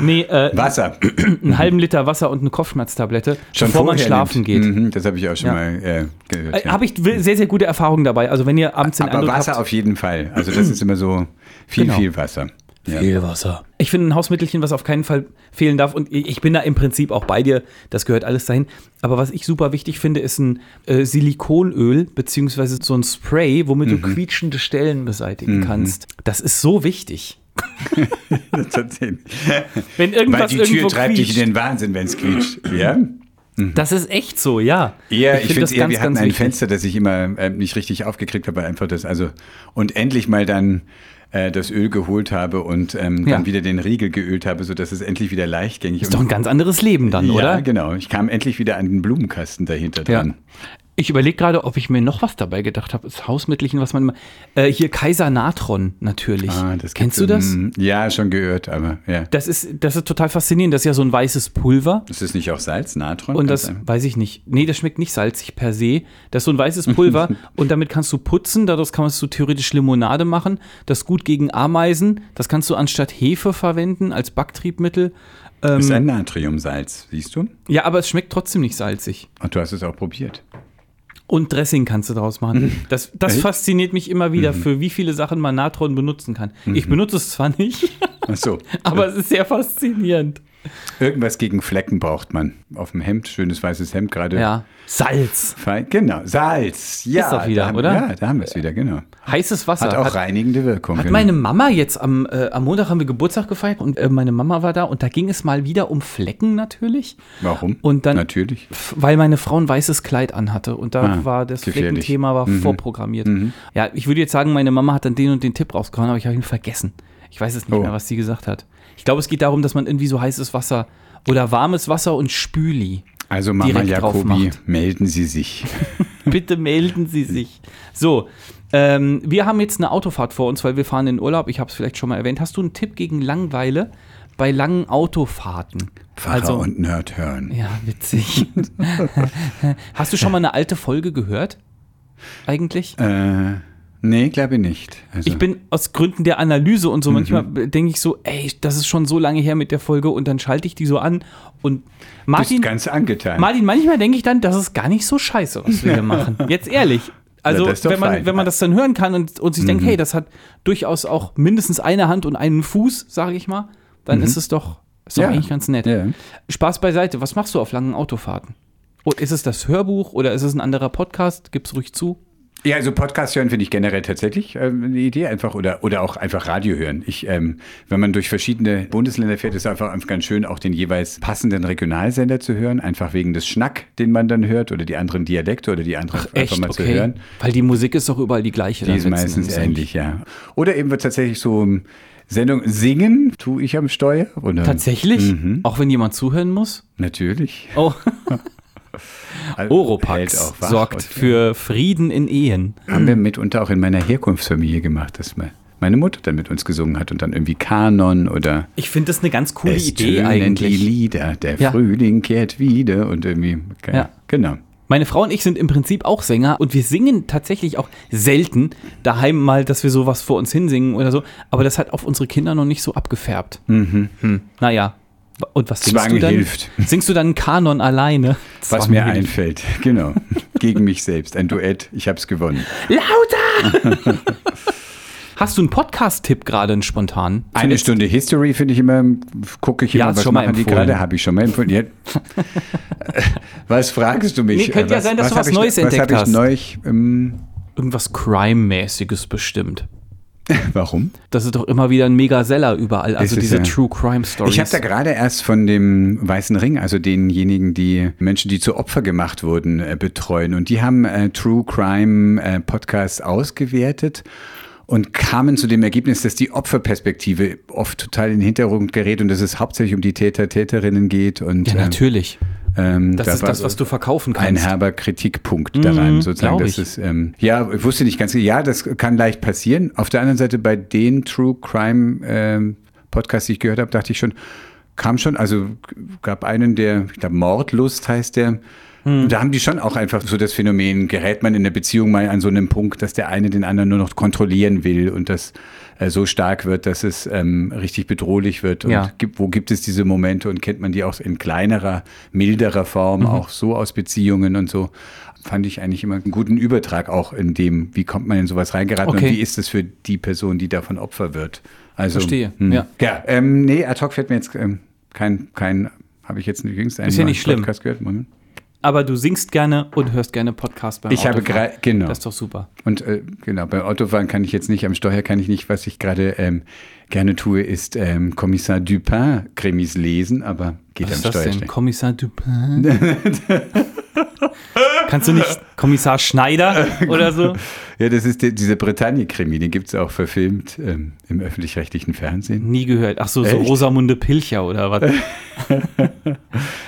Speaker 2: Nee, äh,
Speaker 1: Wasser.
Speaker 2: einen halben Liter Wasser und eine Kopfschmerztablette, bevor man
Speaker 1: vorher
Speaker 2: schlafen
Speaker 1: nimmt.
Speaker 2: geht.
Speaker 1: Mhm, das habe ich auch schon
Speaker 2: Ja.
Speaker 1: mal äh, gehört.
Speaker 2: Äh, Habe ich w- sehr, sehr gute Erfahrungen dabei. Also wenn ihr abends den
Speaker 1: Aber
Speaker 2: Eindruck
Speaker 1: Wasser
Speaker 2: habt,
Speaker 1: auf jeden Fall. Also das ist immer
Speaker 2: [CLEARS THROAT]
Speaker 1: so viel,
Speaker 2: Genau.
Speaker 1: viel Wasser. Ja.
Speaker 2: Wasser. Ich finde ein Hausmittelchen, was auf keinen Fall fehlen darf. Und ich bin da im Prinzip auch bei dir. Das gehört alles dahin. Aber was ich super wichtig finde, ist ein äh, Silikonöl beziehungsweise so ein Spray, womit
Speaker 1: Mhm.
Speaker 2: du quietschende Stellen beseitigen kannst. Das ist so wichtig.
Speaker 1: Tatsächlich.
Speaker 2: Wenn
Speaker 1: Weil
Speaker 2: [LAUGHS] irgendwas
Speaker 1: die Tür
Speaker 2: irgendwo
Speaker 1: treibt dich
Speaker 2: quietscht.
Speaker 1: in den Wahnsinn, wenn es
Speaker 2: [CLEARS THROAT]
Speaker 1: quietscht. Ja?
Speaker 2: das ist echt so, ja.
Speaker 1: Eher, ich,
Speaker 2: find
Speaker 1: finde es eher, wir hatten ein
Speaker 2: wichtig.
Speaker 1: Fenster, das ich immer ähm, nicht richtig aufgekriegt habe, weil einfach das, also, und endlich mal dann äh, das Öl geholt habe und ähm,
Speaker 2: Ja.
Speaker 1: dann wieder den Riegel geölt habe, sodass es endlich wieder leichtgängig
Speaker 2: Ist doch ein ganz anderes Leben dann,
Speaker 1: ja,
Speaker 2: oder?
Speaker 1: genau. Ich kam endlich wieder an den Blumenkasten dahinter
Speaker 2: Ja.
Speaker 1: dran.
Speaker 2: Ich überlege gerade, ob ich mir noch was dabei gedacht habe. Das Hausmittelchen, was man immer. Äh, hier Kaiser Natron natürlich. Kennst du
Speaker 1: Ah, gibt's,
Speaker 2: das?
Speaker 1: mm, Ja, schon gehört, aber ja.
Speaker 2: Das ist, das ist total faszinierend. Das ist ja so ein weißes Pulver.
Speaker 1: Ist das nicht auch Salz, Natron? Kann
Speaker 2: Und das
Speaker 1: sein.
Speaker 2: weiß ich nicht. Nee, das schmeckt nicht salzig per se. Das ist so ein weißes
Speaker 1: [LAUGHS]
Speaker 2: Pulver und damit kannst du putzen. Daraus kannst du theoretisch Limonade machen. Das ist gut gegen Ameisen. Das kannst du anstatt Hefe verwenden als Backtriebmittel.
Speaker 1: ist
Speaker 2: ähm,
Speaker 1: ein Natriumsalz, siehst du?
Speaker 2: Ja, aber es schmeckt trotzdem nicht salzig.
Speaker 1: Ach, du hast es auch probiert.
Speaker 2: Und Dressing kannst du daraus
Speaker 1: Mhm.
Speaker 2: machen. Das, das fasziniert mich immer wieder, für wie viele Sachen man Natron benutzen kann.
Speaker 1: Mhm.
Speaker 2: Ich benutze es zwar nicht, [LAUGHS]
Speaker 1: Ach so.
Speaker 2: aber es ist sehr faszinierend.
Speaker 1: Irgendwas gegen Flecken braucht man. Auf dem Hemd, schönes weißes Hemd gerade.
Speaker 2: Ja. Salz.
Speaker 1: Fein, genau, Salz. Ja,
Speaker 2: Ist doch wieder,
Speaker 1: da haben,
Speaker 2: oder?
Speaker 1: Ja, da haben wir es wieder, genau.
Speaker 2: Heißes Wasser.
Speaker 1: Hat auch reinigende Wirkung.
Speaker 2: Hat
Speaker 1: genau.
Speaker 2: meine Mama jetzt am, äh, am Montag haben wir Geburtstag gefeiert und äh, meine Mama war da und da ging es mal wieder um Flecken natürlich.
Speaker 1: Warum?
Speaker 2: Und dann,
Speaker 1: Natürlich.
Speaker 2: F- weil meine Frau ein weißes Kleid anhatte und da
Speaker 1: Ah,
Speaker 2: war das
Speaker 1: gefährlich. Mhm.
Speaker 2: Fleckenthema war vorprogrammiert. Ja, ich würde jetzt sagen, meine Mama hat dann den und den Tipp rausgehauen, aber ich habe ihn vergessen. Ich weiß es nicht
Speaker 1: Oh.
Speaker 2: mehr, was sie gesagt hat. Ich glaube, es geht darum, dass man irgendwie so heißes Wasser oder warmes Wasser und Spüli. [LAUGHS]
Speaker 1: Also Mama
Speaker 2: direkt drauf
Speaker 1: Jakobi,
Speaker 2: macht.
Speaker 1: melden Sie sich.
Speaker 2: Bitte melden Sie sich. So, ähm, wir haben jetzt eine Autofahrt vor uns, weil wir fahren in den Urlaub. Ich habe es vielleicht schon mal erwähnt. Hast du einen Tipp gegen Langweile bei langen Autofahrten?
Speaker 1: Pfarrer
Speaker 2: Also-
Speaker 1: und Nerd hören.
Speaker 2: Ja, witzig. [LAUGHS] Hast du schon mal eine alte Folge gehört? Eigentlich?
Speaker 1: Äh, nee, glaube ich nicht. Also,
Speaker 2: Ich bin aus Gründen der Analyse und so
Speaker 1: Mhm.
Speaker 2: manchmal denke ich so, ey, das ist schon so lange her mit der Folge und dann schalte ich die so an und
Speaker 1: bist
Speaker 2: Martin,
Speaker 1: ganz angetan.
Speaker 2: Martin, manchmal denke ich dann, das ist gar nicht so scheiße, was
Speaker 1: [LAUGHS]
Speaker 2: wir hier machen. Jetzt ehrlich. Also,
Speaker 1: Ja, das ist doch
Speaker 2: wenn, man,
Speaker 1: fein. Mhm.
Speaker 2: wenn man das dann hören kann und, und sich denkt, hey, das hat durchaus auch mindestens eine Hand und einen Fuß, sage ich mal, dann ist es doch, ist doch
Speaker 1: Mhm. Ja.
Speaker 2: eigentlich ganz nett.
Speaker 1: Ja.
Speaker 2: Spaß beiseite, was machst du auf langen Autofahrten? Oh, ist es das Hörbuch oder ist es ein anderer Podcast? Gib's ruhig zu.
Speaker 1: Ja, also Podcast hören finde ich generell tatsächlich ähm, eine Idee einfach oder, oder auch einfach Radio hören. Ich, ähm, wenn man durch verschiedene Bundesländer fährt, ist einfach einfach ganz schön, auch den jeweils passenden Regionalsender zu hören, einfach wegen des Schnack, den man dann hört oder die anderen Dialekte oder die anderen einfach mal zu hören.
Speaker 2: Weil die Musik ist doch überall die gleiche.
Speaker 1: Die ist meistens ähnlich, ja. Oder eben wird tatsächlich so ähm, Sendung singen, tue ich am Steuer. Und dann,
Speaker 2: Tatsächlich?
Speaker 1: Mhm.
Speaker 2: Auch wenn jemand zuhören muss?
Speaker 1: Natürlich. [LAUGHS]
Speaker 2: Oh,
Speaker 1: Also hält
Speaker 2: Oropax
Speaker 1: auch wach
Speaker 2: sorgt
Speaker 1: und-
Speaker 2: für Frieden in Ehen.
Speaker 1: Haben wir mitunter auch in meiner Herkunftsfamilie gemacht, dass me- meine Mutter dann mit uns gesungen hat und dann irgendwie Kanon oder
Speaker 2: Ich finde das eine ganz coole
Speaker 1: Es
Speaker 2: Idee
Speaker 1: tönen
Speaker 2: eigentlich.
Speaker 1: die Lieder, der
Speaker 2: Ja.
Speaker 1: Frühling kehrt wieder und irgendwie, okay.
Speaker 2: Ja.
Speaker 1: genau.
Speaker 2: Meine Frau und ich sind im Prinzip auch Sänger und wir singen tatsächlich auch selten daheim mal, dass wir sowas vor uns hinsingen oder so. Aber das hat auf unsere Kinder noch nicht so abgefärbt. Mhm. Naja. Und was singst
Speaker 1: Zwang
Speaker 2: du dann?
Speaker 1: hilft.
Speaker 2: Singst du dann Kanon alleine?
Speaker 1: Was
Speaker 2: Zwang
Speaker 1: mir
Speaker 2: hilft.
Speaker 1: einfällt, [LAUGHS] genau. Gegen mich selbst, ein Duett, ich hab's gewonnen.
Speaker 2: Lauter!
Speaker 1: [LAUGHS]
Speaker 2: Hast du einen Podcast-Tipp gerade einen spontan?
Speaker 1: Eine Stunde History finde ich immer, gucke ich immer,
Speaker 2: Ja, hast
Speaker 1: was
Speaker 2: schon mal
Speaker 1: machen die
Speaker 2: empfohlen.
Speaker 1: gerade, habe ich schon mal empfohlen.
Speaker 2: [LAUGHS]
Speaker 1: Ja. was fragst du mich?
Speaker 2: Nee, könnte ja sein, dass du was
Speaker 1: hab ich-
Speaker 2: Neues entdeckt
Speaker 1: Was
Speaker 2: hast.
Speaker 1: habe ich neu, ähm, [LAUGHS]
Speaker 2: Irgendwas Crime-mäßiges bestimmt.
Speaker 1: warum?
Speaker 2: Das ist doch immer wieder ein Megaseller überall. Also
Speaker 1: Es ist
Speaker 2: diese
Speaker 1: ja-
Speaker 2: True Crime Stories.
Speaker 1: Ich habe da gerade erst von dem Weißen Ring, also denjenigen, die Menschen, die zu Opfer gemacht wurden, äh, betreuen. Und die haben äh, True Crime äh, Podcasts ausgewertet und kamen zu dem Ergebnis, dass die Opferperspektive oft total in den Hintergrund gerät und dass es hauptsächlich um die Täter, Täterinnen geht. Und,
Speaker 2: ja,
Speaker 1: äh,
Speaker 2: natürlich.
Speaker 1: ähm,
Speaker 2: Das
Speaker 1: da
Speaker 2: ist
Speaker 1: war
Speaker 2: das,
Speaker 1: so
Speaker 2: was du verkaufen
Speaker 1: ein
Speaker 2: kannst. Mhm,
Speaker 1: herber Kritikpunkt daran, sozusagen.
Speaker 2: glaub
Speaker 1: Das
Speaker 2: ich.
Speaker 1: ist, ähm, ja, ich wusste nicht ganz, genau, ja, das kann leicht passieren. Auf der anderen Seite, bei den True Crime ähm, Podcasts, die ich gehört habe, dachte ich schon, kam schon, also g- gab einen, der, ich glaube, Mordlust heißt der.
Speaker 2: Hm.
Speaker 1: Und Da haben die schon auch einfach so das Phänomen, gerät man in der Beziehung mal an so einen Punkt, dass der eine den anderen nur noch kontrollieren will und das äh, so stark wird, dass es ähm, richtig bedrohlich wird. Und
Speaker 2: Ja.
Speaker 1: gibt, wo gibt es diese Momente und kennt man die auch in kleinerer, milderer Form,
Speaker 2: Mhm.
Speaker 1: auch so aus Beziehungen und so. Fand ich eigentlich immer einen guten Übertrag auch in dem, wie kommt man in sowas reingeraten
Speaker 2: Okay.
Speaker 1: und wie ist es für die Person, die davon Opfer wird. Also,
Speaker 2: Verstehe,
Speaker 1: hm.
Speaker 2: ja.
Speaker 1: Ja, ähm, nee, ad hoc fällt mir jetzt ähm, kein, kein habe ich jetzt jüngst einen
Speaker 2: Ist ja
Speaker 1: neuen
Speaker 2: nicht schlimm.
Speaker 1: Podcast gehört. Moment. Aber
Speaker 2: Aber du singst gerne und hörst gerne Podcast beim
Speaker 1: Ich habe
Speaker 2: Autofahren.
Speaker 1: gerade, genau.
Speaker 2: Das ist doch super.
Speaker 1: Und äh, genau, beim Autofahren kann ich jetzt nicht, am Steuer kann ich nicht. Was ich gerade ähm, gerne tue, ist ähm, Kommissar Dupin-Krimis lesen, aber geht
Speaker 2: Was
Speaker 1: am
Speaker 2: ist das
Speaker 1: Steuer
Speaker 2: denn?
Speaker 1: schlecht. [LAUGHS]
Speaker 2: Kommissar Dupin? Kannst du nicht Kommissar Schneider oder so?
Speaker 1: Ja, das ist die, diese Bretagne-Krimi, den gibt es auch verfilmt ähm, im öffentlich-rechtlichen Fernsehen.
Speaker 2: Nie gehört. Ach so, so
Speaker 1: Echt?
Speaker 2: Rosamunde Pilcher
Speaker 1: [LAUGHS]
Speaker 2: oder was?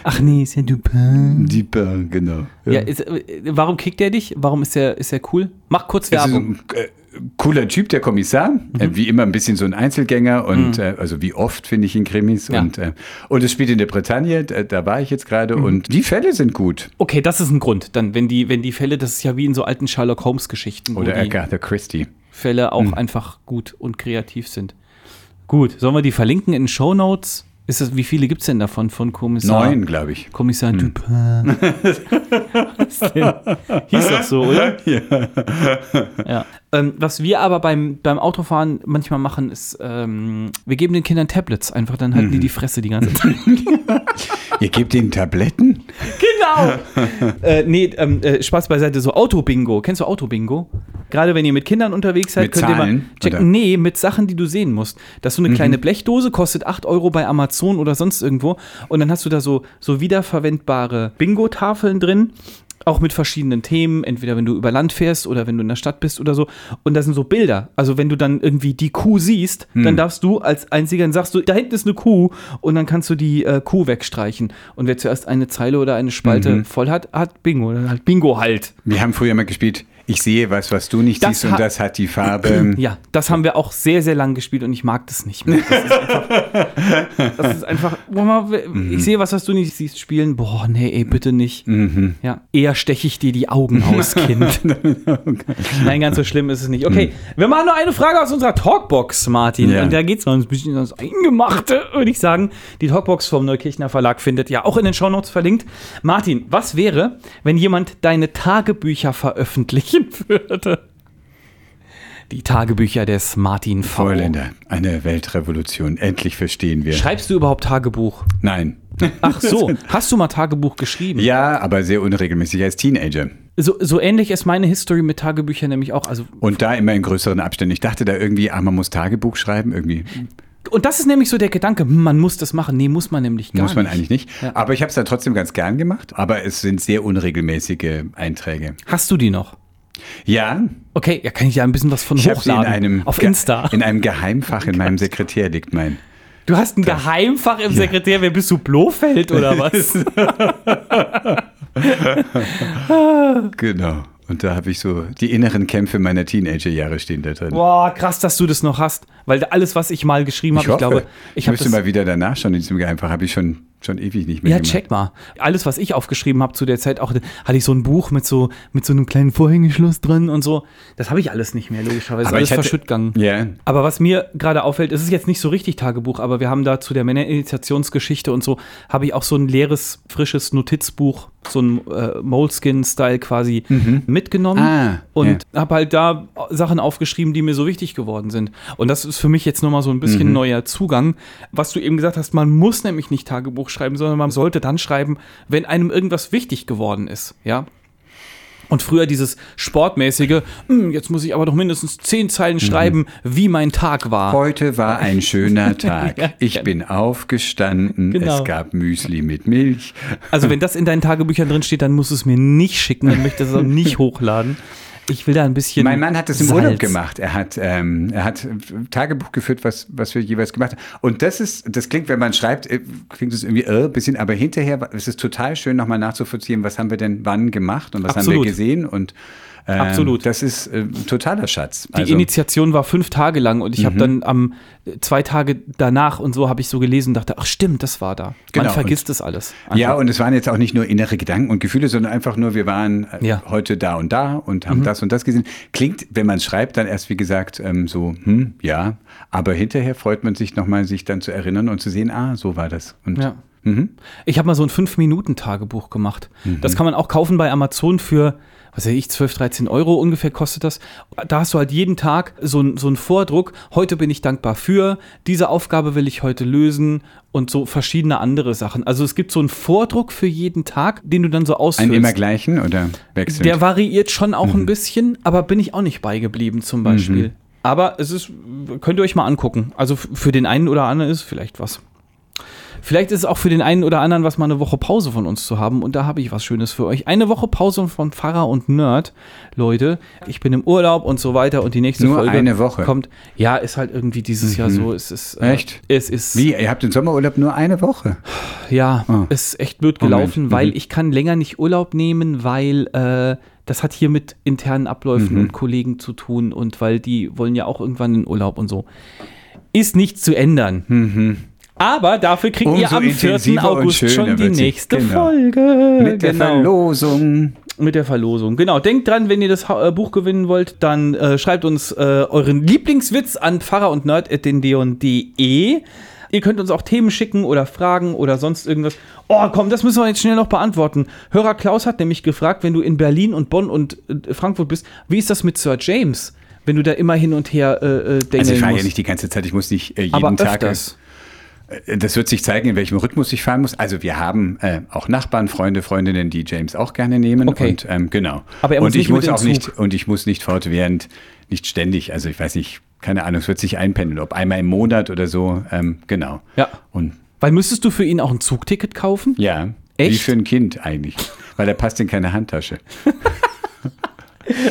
Speaker 2: Ach nee, ist ja Dupin.
Speaker 1: Dupin, genau.
Speaker 2: Ja, ist, äh, warum kickt er dich? Warum ist er ist er cool? Mach kurz
Speaker 1: Es ist
Speaker 2: Werbung. Mhm.
Speaker 1: ein äh, cooler Typ, der Kommissar. Äh, wie immer ein bisschen so ein Einzelgänger und äh, also wie oft finde ich in Krimis.
Speaker 2: Ja.
Speaker 1: Und, äh, und es spielt in der Bretagne, da, da war ich jetzt
Speaker 2: Mhm.
Speaker 1: gerade und die Fälle sind gut.
Speaker 2: Okay, das ist ein Grund. Dann, wenn die, wenn die Fälle, das ist ja wie in so alten Sherlock Holmes-Geschichten, wo
Speaker 1: Oder
Speaker 2: die
Speaker 1: Agatha Christie.
Speaker 2: Fälle
Speaker 1: Hm.
Speaker 2: auch einfach gut und kreativ sind. Gut, sollen wir die verlinken in Show Notes? Ist das, wie viele gibt es denn davon von Kommissar?
Speaker 1: Neun, Hm. glaube ich.
Speaker 2: Kommissar Dupin. [LAUGHS] Was denn? Hieß doch so,
Speaker 1: [LAUGHS]
Speaker 2: oder? Ja. Ähm, was wir aber beim, beim Autofahren manchmal machen, ist, ähm, wir geben den Kindern Tablets einfach, dann
Speaker 1: Mhm.
Speaker 2: halten die die Fresse die ganze
Speaker 1: [LAUGHS]
Speaker 2: Zeit.
Speaker 1: Ihr gebt ihnen Tabletten? [LAUGHS]
Speaker 2: genau! äh, nee, ähm, äh, Spaß beiseite, so Autobingo. Kennst du Autobingo? Gerade wenn ihr mit Kindern unterwegs seid,
Speaker 1: Mit
Speaker 2: könnt ihr mal
Speaker 1: Zahlen,
Speaker 2: checken.
Speaker 1: oder?
Speaker 2: Nee, mit Sachen, die du sehen musst. Das ist so eine kleine Blechdose, kostet 8 Euro bei Amazon oder sonst irgendwo. Und dann hast du da so, so wiederverwendbare Bingo-Tafeln drin. Auch mit verschiedenen Themen, entweder wenn du über Land fährst oder wenn du in der Stadt bist oder so. Und da sind so Bilder. Also wenn du dann irgendwie die Kuh siehst, dann darfst du als Einziger, dann sagst du, da hinten ist eine Kuh und dann kannst du die äh, Kuh wegstreichen. Und wer zuerst eine Zeile oder eine Spalte voll hat, hat Bingo. Dann halt Bingo halt.
Speaker 1: Wir haben früher mal gespielt, ich sehe was, was du nicht
Speaker 2: Das
Speaker 1: siehst und
Speaker 2: ha-
Speaker 1: das hat die Farbe.
Speaker 2: Ja, das haben wir auch sehr, sehr lang gespielt und ich mag das nicht mehr. Das ist einfach, das ist einfach Mama, ich sehe was, was du nicht siehst, spielen. Boah, nee, ey, bitte nicht. Ja, eher steche ich dir die Augen aus, Kind. Nein, ganz so schlimm ist es nicht. Okay, wir machen noch eine Frage aus unserer Talkbox, Martin.
Speaker 1: Ja.
Speaker 2: Und da geht es noch ein bisschen ans Eingemachte, würde ich sagen. Die Talkbox vom Neukirchner Verlag findet ja auch in den Shownotes verlinkt. Martin, was wäre, wenn jemand deine Tagebücher veröffentlichen [LAUGHS] würde? Die Tagebücher des Martin V.
Speaker 1: Vorländer, eine Weltrevolution. Endlich verstehen wir.
Speaker 2: Schreibst du überhaupt Tagebuch?
Speaker 1: Nein. [LAUGHS]
Speaker 2: Ach so, hast du mal Tagebuch geschrieben?
Speaker 1: Ja, aber sehr unregelmäßig als Teenager.
Speaker 2: So, so ähnlich ist meine History mit Tagebüchern nämlich auch. Also,
Speaker 1: Und da immer in größeren Abständen. Ich dachte da irgendwie, ah, man muss Tagebuch schreiben, irgendwie.
Speaker 2: und das ist nämlich so der Gedanke, hm, man muss das machen. Nee, muss man nämlich gar
Speaker 1: muss man
Speaker 2: nicht.
Speaker 1: eigentlich nicht.
Speaker 2: Ja.
Speaker 1: Aber ich habe es dann trotzdem ganz gern gemacht. Aber es sind sehr unregelmäßige Einträge.
Speaker 2: Hast du die noch?
Speaker 1: Ja,
Speaker 2: Okay, ja, kann ich ja ein bisschen was von
Speaker 1: ich habe sie in
Speaker 2: hochladen.
Speaker 1: einem
Speaker 2: auf
Speaker 1: Ge-
Speaker 2: Insta.
Speaker 1: In einem Geheimfach in meinem Sekretär liegt mein.
Speaker 2: Du hast ein Geheimfach im Sekretär. Wer bist du, Blofeld
Speaker 1: [LAUGHS]
Speaker 2: oder was?
Speaker 1: Genau. Und da habe ich so die inneren Kämpfe meiner Teenagerjahre stehen da drin.
Speaker 2: Boah, krass, dass du das noch hast. Weil alles, was ich mal geschrieben habe, ich, glaube, ich
Speaker 1: ich
Speaker 2: habe
Speaker 1: müsste
Speaker 2: das.
Speaker 1: mal wieder danach schon in diesem Geheimfach. Habe ich schon, schon ewig nicht mehr
Speaker 2: Ja,
Speaker 1: gemacht.
Speaker 2: check mal. Alles, was ich aufgeschrieben habe zu der Zeit, auch hatte ich so ein Buch mit so, mit so einem kleinen Vorhängeschloss drin und so. Das habe ich alles nicht mehr, logischerweise.
Speaker 1: Aber
Speaker 2: alles
Speaker 1: ich hatte-
Speaker 2: verschütt gegangen.
Speaker 1: Ja,
Speaker 2: Aber was mir gerade auffällt, es ist jetzt nicht so richtig Tagebuch, aber wir haben da zu der Männerinitiationsgeschichte und so, habe ich auch so ein leeres, frisches Notizbuch, so ein äh, Moleskin-Style quasi mitgenommen
Speaker 1: Ah,
Speaker 2: und habe halt da Sachen aufgeschrieben, die mir so wichtig geworden sind. Und das ist für mich jetzt nochmal so ein bisschen neuer Zugang. Was du eben gesagt hast, man muss nämlich nicht Tagebuch schreiben, sondern man sollte dann schreiben, wenn einem irgendwas wichtig geworden ist, ja. Und früher dieses sportmäßige, "Hm, jetzt muss ich aber doch mindestens zehn
Speaker 1: Mhm.
Speaker 2: Zeilen schreiben, wie mein Tag war.
Speaker 1: Heute war ein
Speaker 2: [LAUGHS]
Speaker 1: schöner Tag.
Speaker 2: Ja,
Speaker 1: Ich
Speaker 2: genau.
Speaker 1: bin aufgestanden.
Speaker 2: Genau.
Speaker 1: Es gab Müsli mit Milch.
Speaker 2: Also wenn das in deinen Tagebüchern drin steht, dann musst du es mir nicht schicken, dann möchte ich das auch
Speaker 1: [LAUGHS]
Speaker 2: nicht hochladen. Ich will da ein bisschen.
Speaker 1: Mein Mann hat es im
Speaker 2: Salz.
Speaker 1: Urlaub gemacht. Er hat, ähm, er hat Tagebuch geführt, was, was wir jeweils gemacht haben. Und das ist, das klingt, wenn man schreibt, äh, klingt es irgendwie äh, ein bisschen, aber hinterher war- es ist total schön, nochmal nachzuvollziehen, was haben wir denn wann gemacht und was haben
Speaker 2: Absolut.
Speaker 1: wir gesehen und ähm,
Speaker 2: Absolut.
Speaker 1: Das ist äh, ein totaler Schatz. Also,
Speaker 2: Die Initiation war fünf Tage lang und ich
Speaker 1: Mhm.
Speaker 2: habe dann am äh, zwei Tage danach und so habe ich so gelesen und dachte, ach stimmt, das war da.
Speaker 1: Genau,
Speaker 2: Man vergisst es alles.
Speaker 1: Ja, und es waren jetzt auch nicht nur innere Gedanken und Gefühle, sondern einfach nur, wir waren äh,
Speaker 2: Ja.
Speaker 1: heute da und da und haben das und das gesehen. Klingt, wenn man schreibt, dann erst wie gesagt ähm, so, hm, ja, aber hinterher freut man sich nochmal, sich dann zu erinnern und zu sehen, ah, so war das. Und
Speaker 2: Ja. Ich habe mal so ein 5-Minuten-Tagebuch gemacht. Das kann man auch kaufen bei Amazon für, was weiß ich, 12, 13 Euro ungefähr kostet das. Da hast du halt jeden Tag so, einen- so einen Vordruck. Heute bin ich dankbar für, diese Aufgabe will ich heute lösen und so verschiedene andere Sachen. Also es gibt so einen Vordruck für jeden Tag, den du dann so ausführst.
Speaker 1: einen immer gleichen oder wechselnd?
Speaker 2: Der variiert schon auch
Speaker 1: Mhm.
Speaker 2: ein bisschen, aber bin ich auch nicht beigeblieben zum Beispiel. Aber es ist, könnt ihr euch mal angucken. Also f- für den einen oder anderen ist vielleicht was. Vielleicht ist es auch für den einen oder anderen was, mal eine Woche Pause von uns zu haben. Und da habe ich was Schönes für euch. Eine Woche Pause von Pfarrer und Nerd. Leute, ich bin im Urlaub und so weiter. Und die nächste
Speaker 1: Nur
Speaker 2: Folge
Speaker 1: eine Woche. Mhm.
Speaker 2: kommt. Ja, ist halt irgendwie dieses Jahr so. Es ist, äh,
Speaker 1: Echt?
Speaker 2: Es ist.
Speaker 1: wie, ihr habt den Sommerurlaub nur eine [LAUGHS] Woche.
Speaker 2: Ja,
Speaker 1: Ah. Mhm.
Speaker 2: ist echt blöd
Speaker 1: Moment.
Speaker 2: gelaufen, weil ich kann länger nicht Urlaub nehmen, weil äh, das hat hier mit internen Abläufen
Speaker 1: Mhm.
Speaker 2: und Kollegen zu tun und weil die wollen ja auch irgendwann in Urlaub und so. Ist nicht zu ändern. Aber dafür kriegt ihr
Speaker 1: Mhm. Umso
Speaker 2: am 4.
Speaker 1: intensiver und
Speaker 2: August
Speaker 1: schöner
Speaker 2: schon die
Speaker 1: wird sie.
Speaker 2: nächste
Speaker 1: Genau.
Speaker 2: Folge. Genau.
Speaker 1: Mit der Verlosung.
Speaker 2: Mit der Verlosung. Genau. Denkt dran, wenn ihr das Ha- äh, Buch gewinnen wollt, dann äh, schreibt uns äh, euren Lieblingswitz an Pfarrer und Nerd Ihr könnt uns auch Themen schicken oder Fragen oder sonst irgendwas. Oh, komm, das müssen wir jetzt schnell noch beantworten. Hörer Klaus hat nämlich gefragt, wenn du in Berlin und Bonn und äh, Frankfurt bist, wie ist das mit Sir James, wenn du da immer hin und her äh, äh, denken
Speaker 1: Also ich fahre
Speaker 2: musst?
Speaker 1: ja nicht die ganze Zeit, ich muss nicht äh, jeden
Speaker 2: aber
Speaker 1: Tag.
Speaker 2: öfters.
Speaker 1: Das wird sich zeigen, in welchem Rhythmus ich fahren muss. Also wir haben äh, auch Nachbarn, Freunde, Freundinnen, die James auch gerne nehmen.
Speaker 2: Okay.
Speaker 1: Und ähm, genau.
Speaker 2: Aber er
Speaker 1: und
Speaker 2: muss
Speaker 1: ich
Speaker 2: nicht mit
Speaker 1: muss
Speaker 2: in
Speaker 1: auch
Speaker 2: den
Speaker 1: nicht
Speaker 2: Zug.
Speaker 1: und ich muss nicht fortwährend, nicht ständig. Also ich weiß nicht, keine Ahnung, es wird sich einpendeln, ob einmal im Monat oder so. Ähm, genau.
Speaker 2: Ja.
Speaker 1: Und
Speaker 2: Weil müsstest du für ihn auch ein Zugticket kaufen?
Speaker 1: ja, wie
Speaker 2: Echt?
Speaker 1: für ein Kind eigentlich, weil er passt in keine Handtasche.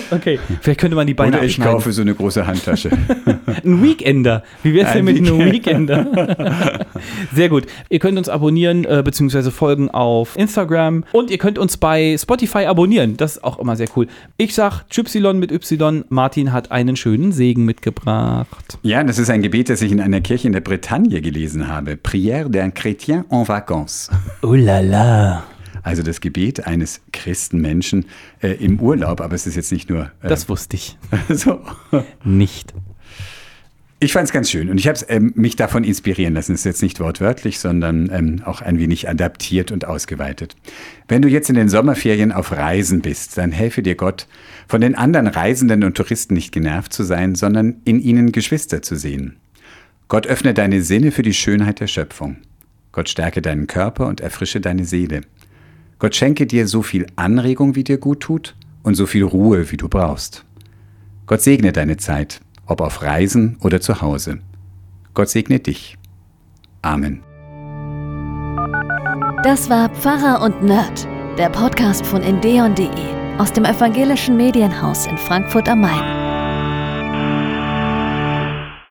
Speaker 2: Okay. Vielleicht könnte man die Beine
Speaker 1: Oder ich
Speaker 2: abschneiden.
Speaker 1: kaufe so eine große
Speaker 2: [LAUGHS]
Speaker 1: Handtasche.
Speaker 2: Ein Weekender. Wie wär's denn
Speaker 1: Ein
Speaker 2: mit einem Weekender? [LAUGHS] Sehr gut. Ihr könnt uns abonnieren äh, bzw. folgen auf Instagram und ihr könnt uns bei Spotify abonnieren. Das ist auch immer sehr cool. Ich sag Tschüpsilon mit Y. Martin hat einen schönen Segen mitgebracht.
Speaker 1: ja, das ist ein Gebet, das ich in einer Kirche in der Bretagne gelesen habe. Prière d'un chrétien en vacances.
Speaker 2: Oh la la.
Speaker 1: Also das Gebet eines Christenmenschen äh, im Urlaub, aber es ist jetzt nicht nur äh,
Speaker 2: Das wusste ich
Speaker 1: [LAUGHS] so.
Speaker 2: nicht.
Speaker 1: Ich fand es ganz schön und ich habe ähm, mich davon inspirieren lassen. Das ist jetzt nicht wortwörtlich, sondern ähm, auch ein wenig adaptiert und ausgeweitet. Wenn du jetzt in den Sommerferien auf Reisen bist, dann helfe dir Gott, von den anderen Reisenden und Touristen nicht genervt zu sein, sondern in ihnen Geschwister zu sehen. Gott öffne deine Sinne für die Schönheit der Schöpfung. Gott stärke deinen Körper und erfrische deine Seele. Gott schenke dir so viel Anregung, wie dir gut tut, und so viel Ruhe, wie du brauchst. Gott segne deine Zeit, ob auf Reisen oder zu Hause. Gott segne dich. Amen.
Speaker 3: Das war Pfarrer und E Nerd, der Podcast von endeon.de aus dem evangelischen Medienhaus in Frankfurt am Main.